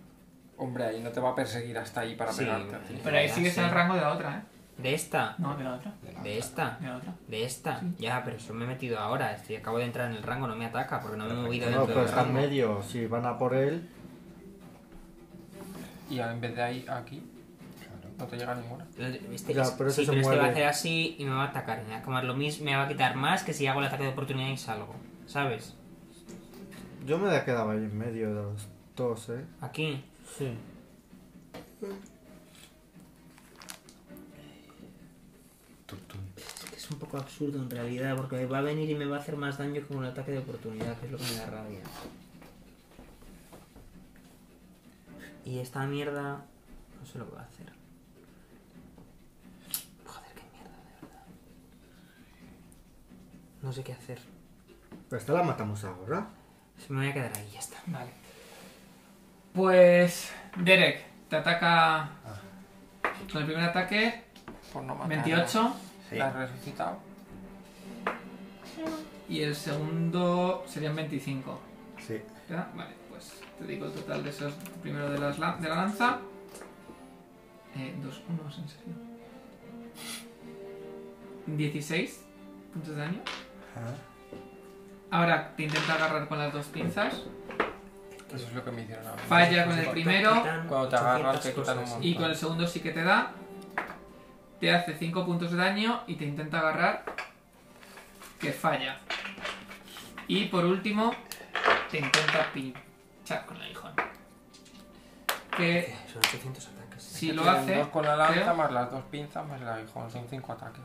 Speaker 2: Hombre, ahí no te va a perseguir hasta ahí para
Speaker 3: Sí,
Speaker 2: pegarte.
Speaker 3: vale.
Speaker 1: pero ahí
Speaker 3: Ya
Speaker 1: sigues en
Speaker 3: sé.
Speaker 1: el rango de la otra, ¿eh?
Speaker 3: De esta,
Speaker 1: No, de la otra,
Speaker 6: de la
Speaker 3: de
Speaker 6: otra.
Speaker 3: esta,
Speaker 1: de la otra.
Speaker 3: de esta. Ya, pero eso me he metido ahora. Estoy, acabo de entrar en el rango, no me ataca porque no me he movido
Speaker 4: No,
Speaker 3: dentro
Speaker 4: pero
Speaker 3: del
Speaker 4: está en
Speaker 3: rango.
Speaker 4: medio. Si van a por él,
Speaker 2: Y en vez de ahí, aquí,
Speaker 6: Claro.
Speaker 2: no te llega ninguna.
Speaker 3: Este,
Speaker 4: Ya,
Speaker 3: es-
Speaker 4: pero ese
Speaker 3: sí,
Speaker 4: se
Speaker 3: pero este va a
Speaker 4: mueve.
Speaker 3: hacer así y me va a atacar. Me va a comer lo mismo, me va a quitar más que si hago el ataque de oportunidad y salgo. ¿Sabes?
Speaker 4: yo me quedaba ahí en medio de los dos, ¿eh?
Speaker 3: Aquí.
Speaker 4: Sí.
Speaker 6: Tum, tum.
Speaker 3: Es un poco absurdo en realidad, porque me va a venir y me va a hacer más daño que un ataque de oportunidad, que es lo que me da rabia. Y esta mierda. No sé lo que va a hacer. Joder, qué mierda, de verdad. No sé qué hacer.
Speaker 4: Pero Pues esta la matamos ahora.
Speaker 3: Se me voy a quedar ahí, ya está.
Speaker 1: Vale. Pues Derek te ataca
Speaker 4: Ah.
Speaker 1: con el primer ataque,
Speaker 2: Por no matar.
Speaker 1: 28,
Speaker 6: Sí.
Speaker 2: La has resucitado.
Speaker 1: y el segundo serían 25.
Speaker 6: Sí.
Speaker 1: ¿Ya? Vale, pues te digo el total de esos primero de, las lan- de la lanza. Eh, dos unos, en serio. 16 puntos de daño.
Speaker 6: Ah.
Speaker 1: Ahora te intenta agarrar con las dos pinzas.
Speaker 2: Eso es lo que me hicieron ahora.
Speaker 1: Falla con el primero.
Speaker 2: Cuando te agarras, te quitan un
Speaker 3: Cosas.
Speaker 2: montón.
Speaker 1: Y con el segundo sí que te da. Te hace 5 puntos de daño y te intenta agarrar. Que falla. Y por último, te intenta pinchar con el aguijón. Que
Speaker 3: Eh, Son 800 ataques.
Speaker 1: si lo
Speaker 2: Tienen
Speaker 1: hace,
Speaker 2: Dos con la lanza,
Speaker 1: creo.
Speaker 2: más las dos pinzas, más el aguijón. Son cinco ataques.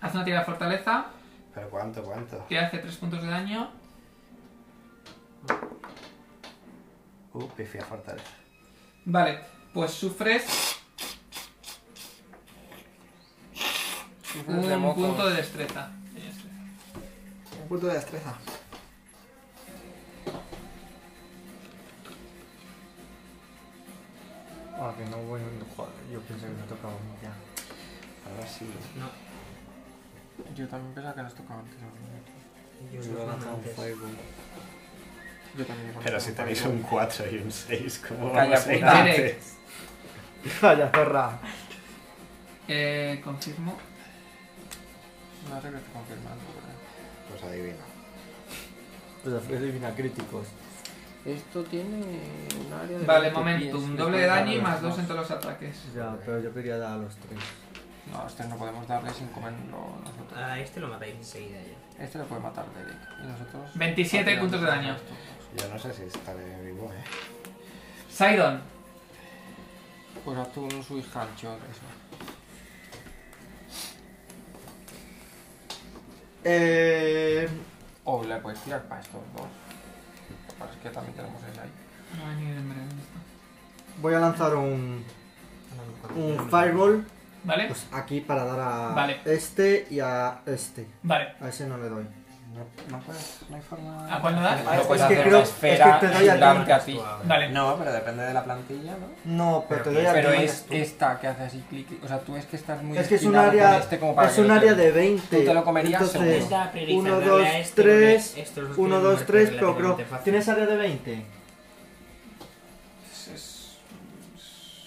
Speaker 1: hace una tirada de fortaleza.
Speaker 6: Pero cuánto, cuánto.
Speaker 1: Te hace 3 puntos de daño.
Speaker 6: Uh, pifia fortaleza.
Speaker 1: Vale, pues sufres
Speaker 2: Sufres de
Speaker 1: un
Speaker 2: mocos.
Speaker 1: punto de destreza. De destreza.
Speaker 6: Un punto de destreza.
Speaker 4: Ah, que no, bueno, joder, yo pensé que me tocaba a mí ya. [laughs]
Speaker 6: Ahora sí.
Speaker 3: No,
Speaker 2: Yo también pensaba que nos tocaba antes. ¿no?
Speaker 3: yo soy antes.
Speaker 2: Yo también. he
Speaker 6: Pero si
Speaker 2: contado
Speaker 6: tenéis un 4 y un 6, ¿cómo
Speaker 2: Calla,
Speaker 6: vamos a ir
Speaker 2: puta.
Speaker 6: antes?
Speaker 4: Vaya Ah, perra.
Speaker 1: Eh, confirmo.
Speaker 2: No sé qué estoy confirmando, pero-
Speaker 6: Pues adivina.
Speaker 4: Desafío divina críticos.
Speaker 2: Esto tiene un área de.
Speaker 1: Vale,
Speaker 2: 20
Speaker 1: momentum.
Speaker 2: pies,
Speaker 1: Doble de
Speaker 2: después
Speaker 1: daño y
Speaker 2: darle
Speaker 1: más
Speaker 2: los
Speaker 1: 2 en todos los ataques.
Speaker 4: Ya, pero yo quería dar a los tres.
Speaker 2: No, este no podemos darle sin comerlo nosotros.
Speaker 3: A este lo matáis enseguida ya.
Speaker 2: Este lo puede matar Derek. Y nosotros.
Speaker 1: 27 puntos de daño.
Speaker 6: Yo no sé si estaré vivo, ¿eh?
Speaker 1: Sidon.
Speaker 2: Pues haz tú un suijancho de eso.
Speaker 4: Eh.
Speaker 2: O le puedes tirar para estos dos. Pero es que también tenemos ese ahí.
Speaker 1: No va a venir en breve esto.
Speaker 4: Voy a lanzar un, un fireball
Speaker 1: ¿Vale?
Speaker 4: pues aquí para dar a
Speaker 1: Vale.
Speaker 4: este y a este.
Speaker 1: Vale.
Speaker 4: A ese no le doy.
Speaker 6: No, no puedes, no hay forma.
Speaker 1: ¿A cuándo das?
Speaker 4: Ah,
Speaker 2: no
Speaker 4: es
Speaker 2: puedes
Speaker 4: que
Speaker 2: hacer
Speaker 4: creo-
Speaker 2: una
Speaker 4: es que
Speaker 2: esfera
Speaker 4: te doy a ti.
Speaker 2: darte a ti.
Speaker 1: Vale.
Speaker 6: No, pero depende de la plantilla, ¿no?
Speaker 4: No, pero, te doy a
Speaker 2: Pero
Speaker 4: ti.
Speaker 2: es esta que hace así clic. clic. O sea, tú es que estás muy.
Speaker 4: Es que es un
Speaker 2: espinado
Speaker 4: área,
Speaker 2: con este como para
Speaker 4: es
Speaker 2: que
Speaker 4: un
Speaker 2: no te-
Speaker 4: área de 20.
Speaker 2: Tú te lo comerías
Speaker 4: Entonces,
Speaker 2: seguro.
Speaker 4: 1, 2,
Speaker 3: este
Speaker 4: 3, 1, 2, 3, pero creo... ¿Tienes área de 20?
Speaker 1: Es- es-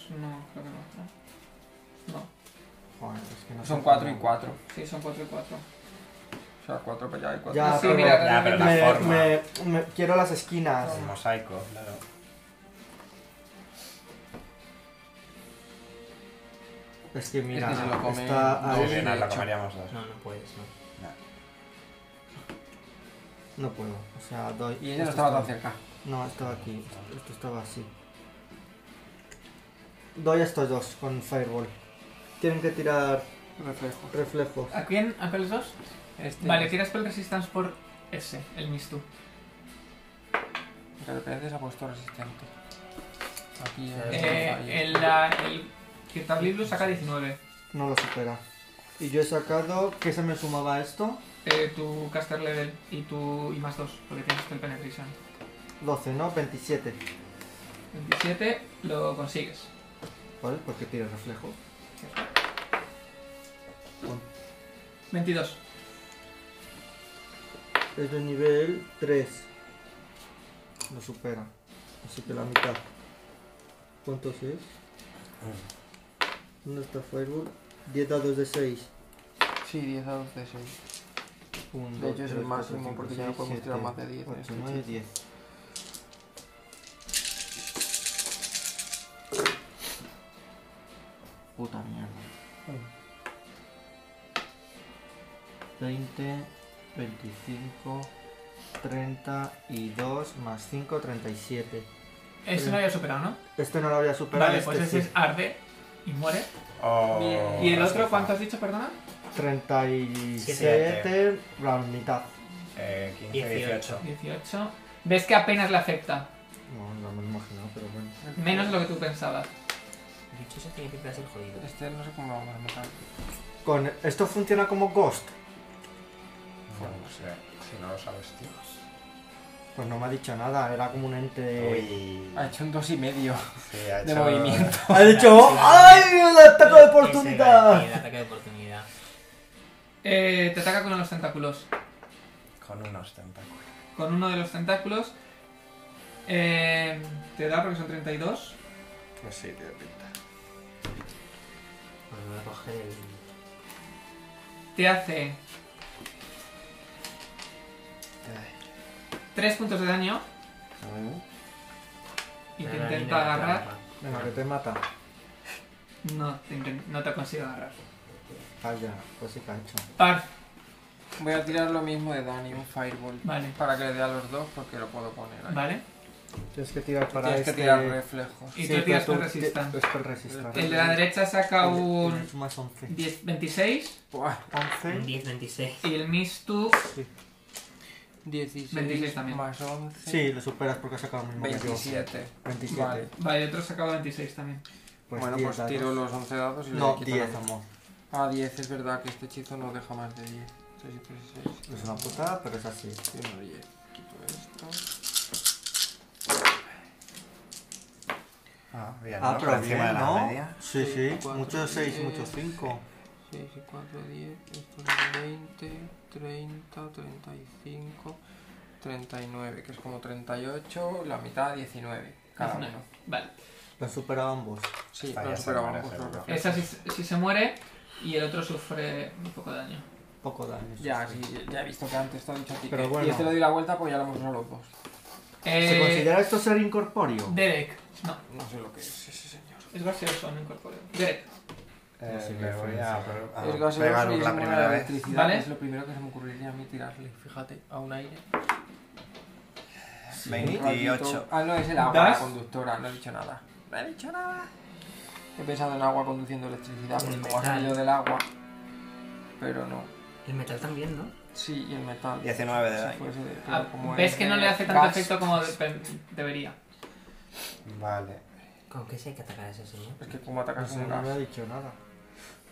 Speaker 1: No, creo que no.
Speaker 4: Joder, es que no
Speaker 2: Son
Speaker 4: sé
Speaker 2: 4 y
Speaker 4: cómo-
Speaker 2: 4.
Speaker 1: Sí, son 4 y 4.
Speaker 2: O sea, 4 para allá y 4
Speaker 4: Ya,
Speaker 1: Sí,
Speaker 4: pero
Speaker 1: mira,
Speaker 5: Ya, pero la
Speaker 4: me,
Speaker 5: forma.
Speaker 4: me- me- quiero las esquinas.
Speaker 5: El mosaico, claro.
Speaker 4: Es que mira,
Speaker 2: se lo come
Speaker 4: está
Speaker 2: dos.
Speaker 5: Muy
Speaker 4: ahí.
Speaker 5: bien,
Speaker 2: de
Speaker 5: nos la
Speaker 2: hecho.
Speaker 5: comeríamos dos.
Speaker 3: No, no puedes, no.
Speaker 4: No puedo. O sea, doy.
Speaker 2: Y ella no
Speaker 4: esto
Speaker 2: estaba
Speaker 4: estaba-
Speaker 2: tan cerca.
Speaker 4: No, estaba aquí. Esto estaba así. Doy a estos dos con Fireball. Tienen que tirar
Speaker 2: Reflejo.
Speaker 4: reflejos.
Speaker 1: ¿A quién? ¿A cuáles dos?
Speaker 2: Este
Speaker 1: Vale, tiras Spell Resistance por ese, el Mistu.
Speaker 2: Rependes a puesto resistente. Aquí
Speaker 3: Eh,
Speaker 2: es
Speaker 1: Eh, el, la- el Kirtablilu saca 19.
Speaker 4: No lo supera. Y yo he sacado. ¿Qué se me sumaba a esto?
Speaker 1: Eh, tu caster level y tu y más 2, porque tienes spell penetration.
Speaker 4: 12, ¿no? 27.
Speaker 1: 27 lo consigues.
Speaker 4: ¿Vale? Porque tiene reflejo.
Speaker 1: 22.
Speaker 4: Es de nivel 3. Lo supera. Así que la mitad. ¿Cuántos es? ¿Dónde está Fireball? 10 dados de 6.
Speaker 2: Sí, 10 dados de 6. De hecho, es el máximo, porque ya no podemos tirar más de 10 en
Speaker 4: 8,
Speaker 2: este
Speaker 4: 9, 10. Puta mierda. 20, 25, 32 más 5, 37.
Speaker 1: Ese no había superado, ¿no?
Speaker 4: Este no lo había superado.
Speaker 1: Vale,
Speaker 4: este
Speaker 1: pues ese
Speaker 4: sí.
Speaker 1: es arde y muere.
Speaker 5: Oh,
Speaker 3: Bien.
Speaker 1: ¿Y el
Speaker 5: Rafa.
Speaker 1: otro cuánto has dicho, perdona?
Speaker 4: 37, la mitad.
Speaker 5: Eh, 15,
Speaker 3: 18.
Speaker 5: 18.
Speaker 1: 18. Ves que apenas le afecta.
Speaker 4: No, no me lo imaginaba, pero bueno.
Speaker 1: Menos de lo que tú pensabas.
Speaker 3: Dicho eso, tiene pinta de ser jodido.
Speaker 2: Este no sé cómo lo vamos a matar.
Speaker 4: Con, esto funciona como Ghost.
Speaker 5: No, no sé, si no lo sabes, tío.
Speaker 4: Pues no me ha dicho nada, era como un ente.
Speaker 5: Uy.
Speaker 2: Ha hecho un 2 y medio.
Speaker 5: Sí, ha
Speaker 2: de
Speaker 5: hecho-
Speaker 2: movimiento.
Speaker 4: Ha dicho, ¡ay! El ataque de
Speaker 3: Ese era
Speaker 4: oportunidad.
Speaker 3: El ataque de oportunidad.
Speaker 1: Eh, te ataca con los tentáculos.
Speaker 5: Con unos tentáculos.
Speaker 1: Con uno de los tentáculos. eh, te da porque son 32.
Speaker 6: Pues sí, tiene pinta.
Speaker 3: Bueno, voy a coger el...
Speaker 1: Te hace 3 puntos de daño y te
Speaker 3: la línea
Speaker 1: intenta
Speaker 3: de
Speaker 1: agarrar.
Speaker 3: trampa.
Speaker 4: Venga, que te mata.
Speaker 1: No, te inten- no te consigo agarrar.
Speaker 4: Calla, pues sí que ha hecho.
Speaker 1: Par.
Speaker 2: Voy a tirar lo mismo de Dani, un fireball.
Speaker 1: Vale.
Speaker 2: Para que le dé a los dos porque lo puedo poner ahí.
Speaker 1: ¿Vale?
Speaker 4: Tienes que tirar para
Speaker 2: Tienes
Speaker 4: este.
Speaker 2: que tirar reflejos.
Speaker 1: Y
Speaker 4: Sí,
Speaker 1: tú tiras
Speaker 4: pero
Speaker 1: con resista.
Speaker 4: Es con resista.
Speaker 1: El de la derecha saca un
Speaker 4: Es Más 11.
Speaker 1: 10 26
Speaker 2: Buah,
Speaker 4: 11.
Speaker 3: Un 10, 26.
Speaker 1: y el Mistu
Speaker 2: 16,
Speaker 1: 26 también.
Speaker 2: más 11.
Speaker 4: Sí, lo superas porque has sacado el mismo que yo.
Speaker 2: 27.
Speaker 4: 27.
Speaker 2: Vale.
Speaker 1: Vale, otro sacaba 26 también.
Speaker 4: Pues
Speaker 2: bueno,
Speaker 4: 10
Speaker 2: pues
Speaker 4: dados.
Speaker 2: tiro los 11 dados y
Speaker 4: No,
Speaker 2: le quito la
Speaker 4: 10, amor.
Speaker 2: Ah, 10, es verdad que este hechizo no deja más de 10. 6, 3, 6.
Speaker 4: Es una putada, pero es así.
Speaker 2: Quito esto.
Speaker 5: Ah, bien.
Speaker 4: Ah,
Speaker 5: ¿no?
Speaker 4: pero
Speaker 5: Por encima de
Speaker 4: bien,
Speaker 5: la
Speaker 4: ¿no?
Speaker 5: media.
Speaker 4: Sí, sí.
Speaker 2: Cuatro,
Speaker 4: Muchos 6,
Speaker 2: diez.
Speaker 4: muchos 5.
Speaker 2: 6 y 4, 10. Esto es 20, 30, 35, 39, que es como 38, la mitad 19. Cada
Speaker 1: Diecinueve.
Speaker 2: uno.
Speaker 1: Vale.
Speaker 4: Lo han superado ambos.
Speaker 2: Sí,
Speaker 5: Vaya,
Speaker 2: lo
Speaker 5: se
Speaker 2: superamos
Speaker 5: muere
Speaker 2: por
Speaker 5: seguro.
Speaker 2: reflejos.
Speaker 1: Esa sí, sí se muere y el otro sufre un poco de daño.
Speaker 4: Poco daño. eso
Speaker 2: Ya,
Speaker 4: sí.
Speaker 2: sí, ya he visto que antes te ha dicho a ti.
Speaker 4: Pero
Speaker 2: que-
Speaker 4: bueno.
Speaker 2: Y este le doy la vuelta, pues ya lo hemos usado los dos.
Speaker 4: ¿Se
Speaker 1: Eh,
Speaker 4: considera esto ser incorpóreo?
Speaker 1: Derek. No,
Speaker 2: No sé lo que es ese señor.
Speaker 1: es gaseoso, no incorpóreo. Derek.
Speaker 5: Eh,
Speaker 4: No sé qué
Speaker 5: me voy a,
Speaker 4: diferencia.
Speaker 5: pro- a
Speaker 2: es gaseoso
Speaker 5: pegar
Speaker 2: y es
Speaker 5: la
Speaker 2: una
Speaker 5: primera vez.
Speaker 2: electricidad.
Speaker 1: ¿Vale?
Speaker 2: Es lo primero que se me ocurriría a mí tirarle, fíjate, a un aire. Un
Speaker 5: 28.
Speaker 2: ratito. Ah, no, es el agua
Speaker 1: ¿Das?
Speaker 2: la conductora, no he dicho nada. No he dicho nada. He pensado en agua conduciendo electricidad,
Speaker 3: El
Speaker 2: porque como ha
Speaker 3: metal.
Speaker 2: salido del agua. Pero no.
Speaker 3: El metal también, ¿no?
Speaker 2: Sí, y el metal.
Speaker 5: 19 de
Speaker 2: Si
Speaker 5: daño.
Speaker 2: fuese de- pero
Speaker 1: Ah,
Speaker 2: como
Speaker 1: Ves
Speaker 2: es
Speaker 1: que
Speaker 2: de
Speaker 1: no le hace tanto
Speaker 2: gas,
Speaker 1: efecto como de- pe- debería.
Speaker 5: Vale.
Speaker 3: ¿Con qué se hay que atacar a ese señor?
Speaker 2: Es que como
Speaker 4: Ah, No
Speaker 2: atacas
Speaker 4: sé,
Speaker 2: un
Speaker 4: no
Speaker 2: gas.
Speaker 4: me ha dicho nada.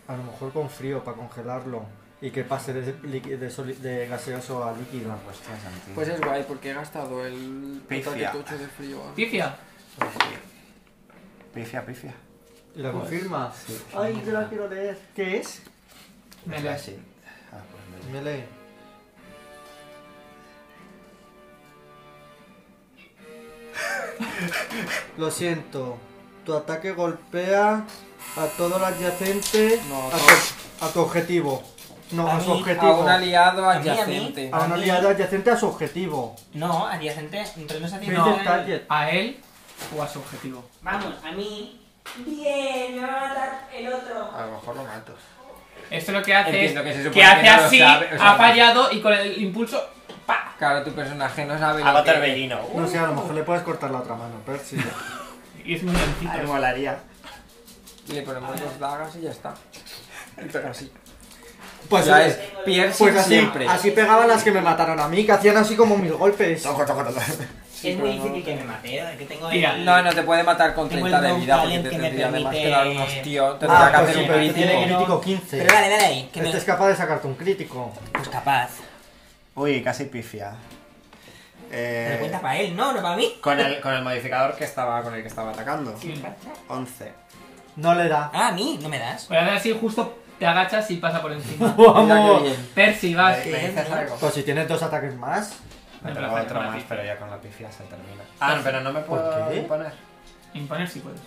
Speaker 4: A lo mejor con frío, para congelarlo. Y que pase de, líqui- de soli- de gaseoso a líquido.
Speaker 5: No, pues tiene sentido.
Speaker 2: Pues es guay, porque he gastado el
Speaker 5: Pifia.
Speaker 2: ataque tocho de frío.
Speaker 1: Tifia.
Speaker 5: Pifia, pifia.
Speaker 4: ¿Y la confirma? Ay, yo la quiero leer. ¿Qué es?
Speaker 1: Me
Speaker 5: Es
Speaker 1: lees.
Speaker 5: así. Ah, pues me lees.
Speaker 4: Me lee. Lo siento. Tu ataque golpea a todo lo adyacente
Speaker 2: No,
Speaker 4: a,
Speaker 2: todo.
Speaker 4: tu, a tu objetivo. No, a,
Speaker 3: A
Speaker 4: su
Speaker 3: mí,
Speaker 4: objetivo.
Speaker 2: A un aliado
Speaker 3: A mí, a mí.
Speaker 2: adyacente.
Speaker 4: A un
Speaker 3: a mí.
Speaker 4: aliado adyacente a su objetivo.
Speaker 3: No, adyacente, pero no se hace
Speaker 4: Sí,
Speaker 1: No.
Speaker 4: del target.
Speaker 1: ¿A él o a su objetivo?
Speaker 3: Vamos, a mí. Bien, me va a matar el otro.
Speaker 6: A lo mejor lo mato.
Speaker 1: Esto lo que hace es
Speaker 5: Entiendo que se
Speaker 1: que,
Speaker 5: supone
Speaker 1: hace
Speaker 5: que no lo
Speaker 1: así,
Speaker 5: sabe, o sea,
Speaker 1: ha fallado y con el impulso ¡pa!
Speaker 2: Claro, tu personaje no sabe lo
Speaker 5: Avatar
Speaker 2: que...
Speaker 5: Bellino.
Speaker 4: No sé, a lo mejor le puedes cortar la otra mano, Percy.
Speaker 1: Y es muy lentito.
Speaker 6: Ay, molaría.
Speaker 2: Y le ponemos dos dagas y ya está.
Speaker 6: Pero así.
Speaker 4: Pues,
Speaker 2: ya
Speaker 4: eh,
Speaker 2: es piercing
Speaker 4: pues así,
Speaker 2: siempre.
Speaker 4: así pegaba las que me mataron a mí, que hacían así como mil golpes.
Speaker 6: Toco, toco, toco.
Speaker 3: es muy difícil que me mate, ¿eh? que tengo
Speaker 1: Tira.
Speaker 3: el...
Speaker 2: No, no te puede matar con
Speaker 3: Tengo
Speaker 2: 30
Speaker 3: el
Speaker 2: de
Speaker 3: Rogue
Speaker 2: vida porque
Speaker 3: Talent
Speaker 2: te
Speaker 3: que me
Speaker 2: tendría además que
Speaker 3: permite-
Speaker 2: dar unos tíos. Tendría
Speaker 4: Ah,
Speaker 2: que
Speaker 4: pues
Speaker 2: hacer
Speaker 4: sí,
Speaker 2: un
Speaker 4: pero tiene
Speaker 2: crítico.
Speaker 4: crítico 15.
Speaker 3: Pero dale, dale ahí, que me...
Speaker 4: Este es capaz de sacarte un crítico.
Speaker 3: Pues capaz.
Speaker 6: Uy, casi pifia.
Speaker 3: Pero
Speaker 6: Eh,
Speaker 3: cuenta para él, ¿no? No para mí.
Speaker 6: con, el, con el modificador que estaba con el que estaba atacando. 11.
Speaker 4: No
Speaker 3: [laughs]
Speaker 4: le da.
Speaker 3: Ah, a mí, no me das.
Speaker 1: Pero ahora así justo te agachas y pasa por encima.
Speaker 2: Mira
Speaker 3: [laughs]
Speaker 2: qué
Speaker 4: ¡Vamos!
Speaker 2: bien.
Speaker 1: Percy, vas.
Speaker 6: ¿Me dices algo?
Speaker 4: Pues si tienes dos ataques más,
Speaker 1: No te
Speaker 6: Pero
Speaker 1: lo saco con
Speaker 6: otro
Speaker 1: la
Speaker 6: más,
Speaker 1: pifia.
Speaker 6: pero ya con la pifia se termina. Ah, no, pero no me puedo
Speaker 4: qué?
Speaker 6: imponer.
Speaker 1: Imponer si puedes.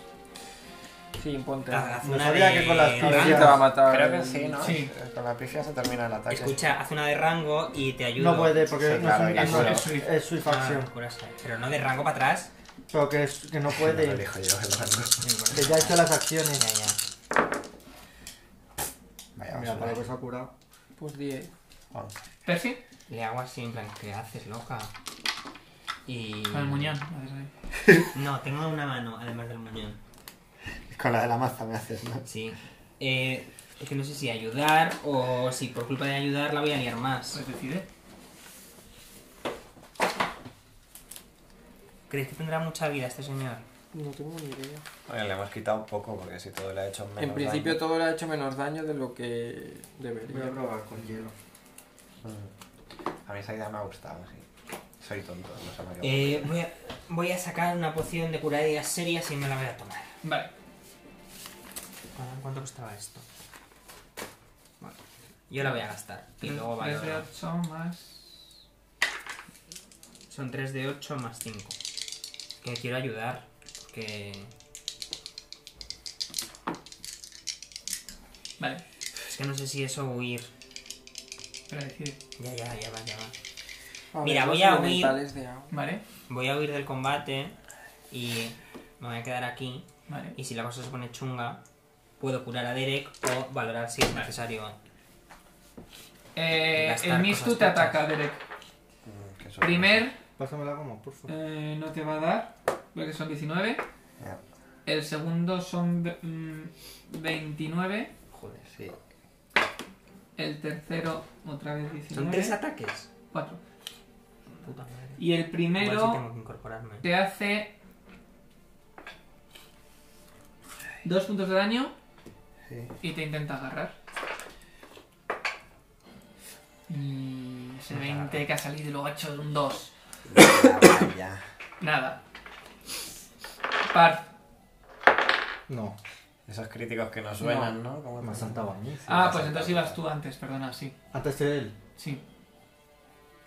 Speaker 2: Sí, ponte.
Speaker 3: Ah, haz
Speaker 4: No
Speaker 3: una
Speaker 4: sabía
Speaker 3: de
Speaker 4: que con las
Speaker 3: rango.
Speaker 2: Ahora sí
Speaker 4: pifias.
Speaker 2: te va a matar.
Speaker 6: Creo que sí, ¿no? Eh,
Speaker 1: Sí.
Speaker 6: Con la pifia se termina el ataque.
Speaker 3: Escucha, haz una de rango y te ayudo.
Speaker 4: no puede porque
Speaker 6: Sí,
Speaker 4: no
Speaker 6: claro,
Speaker 4: es,
Speaker 6: ya
Speaker 4: un, no,
Speaker 1: sé.
Speaker 4: es, Swift- es Swift
Speaker 3: Ah,
Speaker 4: action.
Speaker 3: curiosa. Pero no de rango para atrás.
Speaker 4: Pero que, es- que no
Speaker 6: No lo
Speaker 4: puede.
Speaker 6: elijo yo, [laughs] el rango.
Speaker 4: Que ya ha hecho las acciones.
Speaker 3: Ya, ya.
Speaker 6: Vaya,
Speaker 4: Mira, para que
Speaker 6: basura.
Speaker 4: se ha curado.
Speaker 2: Pues 10.
Speaker 6: Once.
Speaker 1: Percy,
Speaker 3: Le hago así, en plan, ¿qué haces, loca? Y...
Speaker 1: con el muñón. haces ahí.
Speaker 3: No, tengo una mano, además del muñón.
Speaker 6: Con la de la maza me haces, ¿no?
Speaker 3: Sí. Eh, es que no sé si ayudar o si por culpa de ayudar la voy a liar más.
Speaker 1: Pues decide.
Speaker 3: ¿Crees que tendrá mucha vida este señor?
Speaker 2: No tengo ni idea.
Speaker 6: Oye, le hemos quitado un poco porque si todo le ha hecho menos
Speaker 2: en principio
Speaker 6: daño.
Speaker 2: todo le ha hecho menos daño de lo que debería.
Speaker 4: probar con hielo.
Speaker 6: Mm. A mí esa idea me ha gustado, sí. Soy tonto, no se me ha quedado.
Speaker 3: Eh, voy, a, voy a sacar una poción de curar heridas serias y me la voy a tomar.
Speaker 1: Vale.
Speaker 3: ¿Cuán- ¿Cuánto costaba esto? Vale. Yo la voy a gastar. Y
Speaker 1: Tres-
Speaker 3: luego
Speaker 1: tres de
Speaker 3: valoro.
Speaker 1: 8 más.
Speaker 3: Son 3 de 8 más 5. Que quiero ayudar. Porque...
Speaker 1: Vale.
Speaker 3: Es que no sé si eso huir.
Speaker 1: Pero decide.
Speaker 3: Ya, ya, ya va, ya va.
Speaker 2: ver,
Speaker 3: Mira,
Speaker 2: los
Speaker 3: voy a
Speaker 2: elementales De agua.
Speaker 1: Vale.
Speaker 3: Voy a huir del combate y me voy a quedar aquí.
Speaker 1: Vale.
Speaker 3: Y si la cosa se pone chunga, puedo curar a Derek o valorar si es necesario.
Speaker 1: Eh,
Speaker 3: Gastar
Speaker 1: el Mistu
Speaker 3: cosas
Speaker 1: te
Speaker 3: tochas.
Speaker 1: ataca, Derek.
Speaker 6: Mm, qué sorpresa.
Speaker 1: Primer,
Speaker 4: Pásamela como, por favor.
Speaker 1: eh, no te va a dar. Creo que son 19.
Speaker 6: Ya,
Speaker 1: El segundo son ve- mm, 29.
Speaker 3: Joder.
Speaker 6: Sí.
Speaker 1: El tercero, otra vez
Speaker 2: Son tres
Speaker 1: 19.
Speaker 2: ataques.
Speaker 1: 4.
Speaker 3: Puta madre.
Speaker 1: Y el
Speaker 3: Igual sí
Speaker 1: primero
Speaker 3: tengo que incorporarme.
Speaker 1: te hace. Dos puntos de daño
Speaker 6: Sí.
Speaker 1: y te intenta agarrar. Y Mm, ese 20 que ha salido y luego ha hecho un 2.
Speaker 6: Ya, ya.
Speaker 1: Nada. Par.
Speaker 4: No,
Speaker 6: Esos críticos que no suenan, ¿no? ¿Cómo
Speaker 4: me ha
Speaker 6: te-
Speaker 4: saltado a mí.
Speaker 1: Ah,
Speaker 6: me
Speaker 1: pues
Speaker 6: salta.
Speaker 1: entonces ibas tú antes, perdona, sí.
Speaker 4: Antes de él.
Speaker 1: Sí.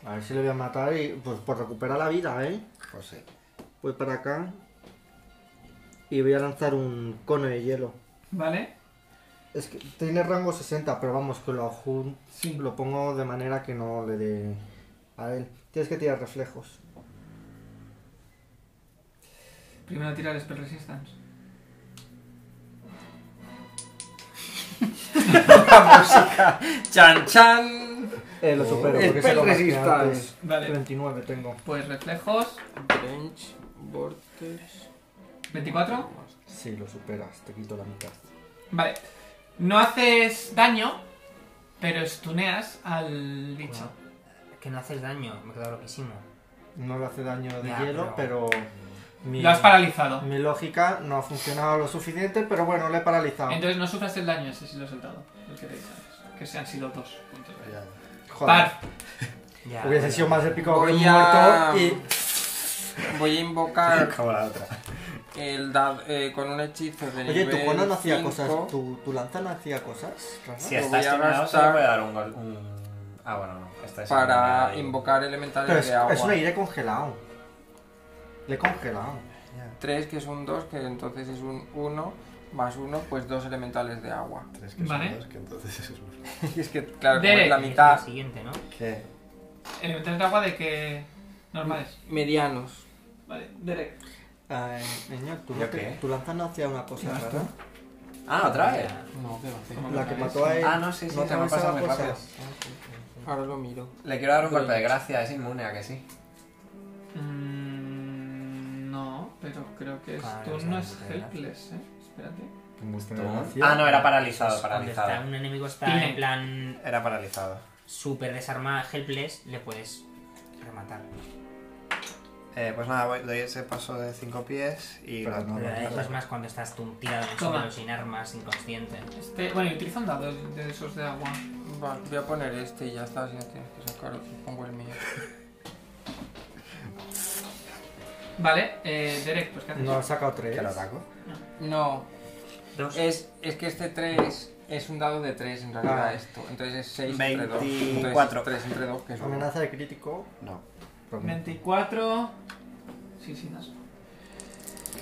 Speaker 4: A ver si le voy a matar y pues por recuperar la vida, ¿eh?
Speaker 6: Pues sí.
Speaker 4: Voy para acá y voy a lanzar un cono de hielo.
Speaker 1: ¿Vale?
Speaker 4: Es que tiene rango 60, pero vamos, que lo, jun-
Speaker 1: Sí.
Speaker 4: lo pongo de manera que no le dé a él. Tienes que tirar reflejos.
Speaker 1: Primero tira el Spell Resistance.
Speaker 2: ¡Chan, chan!
Speaker 4: Eh, lo supero, porque
Speaker 2: Spell
Speaker 4: se lo gasté
Speaker 2: resistance.
Speaker 4: antes.
Speaker 1: Vale.
Speaker 4: 29 tengo.
Speaker 1: Pues reflejos.
Speaker 2: Trench, Vortex.
Speaker 1: 24.
Speaker 4: Sí, lo superas, te quito la mitad.
Speaker 1: Vale. No haces daño, pero estuneas al bicho.
Speaker 3: Es Que no haces daño, me he quedado loquísimo.
Speaker 4: No le hace daño de
Speaker 3: Ya,
Speaker 4: hielo, pero... mi-
Speaker 1: Lo has paralizado.
Speaker 4: Mi lógica no ha funcionado lo suficiente, pero bueno, le he paralizado.
Speaker 1: Entonces no sufras el daño ese si lo has saltado. El que te dices. Que se han sido dos puntos.
Speaker 6: Pues Ya.
Speaker 4: Joder,
Speaker 1: Par.
Speaker 3: Ya,
Speaker 4: hubiese
Speaker 3: ya.
Speaker 4: sido más épico
Speaker 2: Voy
Speaker 4: haber
Speaker 2: a-
Speaker 4: muerto y
Speaker 2: Voy a invocar
Speaker 6: [laughs] Como la otra.
Speaker 2: Pues el dado eh, con un hechizo de
Speaker 4: Oye,
Speaker 2: nivel
Speaker 4: tu cono no hacía
Speaker 2: cinco.
Speaker 4: cosas, tu, tu lanza no hacía cosas. raras?
Speaker 6: Si
Speaker 2: lo
Speaker 6: está
Speaker 2: voy a
Speaker 6: estimado, se
Speaker 2: gastar
Speaker 6: le puede dar un gol. un- Ah, bueno, no. Esta es
Speaker 2: para
Speaker 6: una-
Speaker 2: invocar elementales
Speaker 4: Pero es,
Speaker 2: de agua.
Speaker 4: es un aire congelado. Le he congelado.
Speaker 6: Ya.
Speaker 2: 3 que es un 2, que entonces es un 1 más uno, pues dos elementales de agua. [laughs]
Speaker 6: Tres que
Speaker 1: Vale.
Speaker 6: son dos, que entonces es uno.
Speaker 2: Y es que, claro, como
Speaker 1: Derek.
Speaker 2: es la
Speaker 3: Es la
Speaker 2: mitad.
Speaker 3: siguiente, ¿no?
Speaker 6: ¿Qué?
Speaker 1: Elementales de agua de que. normales.
Speaker 2: Medianos.
Speaker 1: Vale, Derek.
Speaker 4: Ay, niño, tú,
Speaker 6: ¿Yo
Speaker 4: no te-
Speaker 6: qué?
Speaker 4: tú lanzas no hacía una cosa rara.
Speaker 5: Ah, otra vez.
Speaker 2: No, ¿qué va a hacer?
Speaker 4: La que mató a él.
Speaker 5: Ah, no, sí, sí,
Speaker 4: ¿No
Speaker 5: se me ha
Speaker 4: lanzaba
Speaker 5: pasado muy
Speaker 4: cosas?
Speaker 5: rápido.
Speaker 2: Ahora lo miro.
Speaker 5: Le quiero
Speaker 2: Pues
Speaker 5: dar un golpe de gracia, es inmune a que sí.
Speaker 1: Mm, no, pero creo que es.
Speaker 5: Vale,
Speaker 1: tú
Speaker 5: o sea,
Speaker 1: no
Speaker 5: no
Speaker 1: es
Speaker 5: te da.
Speaker 1: helpless, eh. Espérate.
Speaker 5: Ah, no, era paralizado,
Speaker 3: pues, Cuando está,
Speaker 5: paralizado.
Speaker 3: un enemigo está
Speaker 1: Dime.
Speaker 3: en plan
Speaker 5: Era paralizado.
Speaker 3: super desarmado, helpless, le puedes rematar.
Speaker 5: Eh, pues nada, voy- doy ese paso de 5 pies y...
Speaker 6: Pero
Speaker 5: lo-
Speaker 6: no,
Speaker 3: Pero
Speaker 6: no,
Speaker 3: eso
Speaker 6: no.
Speaker 3: es más cuando estás tú tirado en el
Speaker 1: Toma.
Speaker 3: suelo, sin armas, inconsciente.
Speaker 1: Este, bueno, y utiliza un dado de esos de agua.
Speaker 2: Vale, voy a poner este y ya está, si no tienes que sacar otro, pongo el mío.
Speaker 1: Vale, eh, Derek, pues ¿qué haces?
Speaker 4: No, ha sacado tres.
Speaker 6: ¿Que lo ataco?
Speaker 2: No,
Speaker 3: Dos.
Speaker 2: es, es que este 3 es un dado de 3 en realidad
Speaker 4: Ah.
Speaker 2: esto. Entonces es 6 entre 2.
Speaker 5: 24.
Speaker 2: 3 entre 2, que es uno.
Speaker 4: Amenaza de crítico.
Speaker 6: No.
Speaker 4: prometo.
Speaker 1: 24. Sí, sí, no.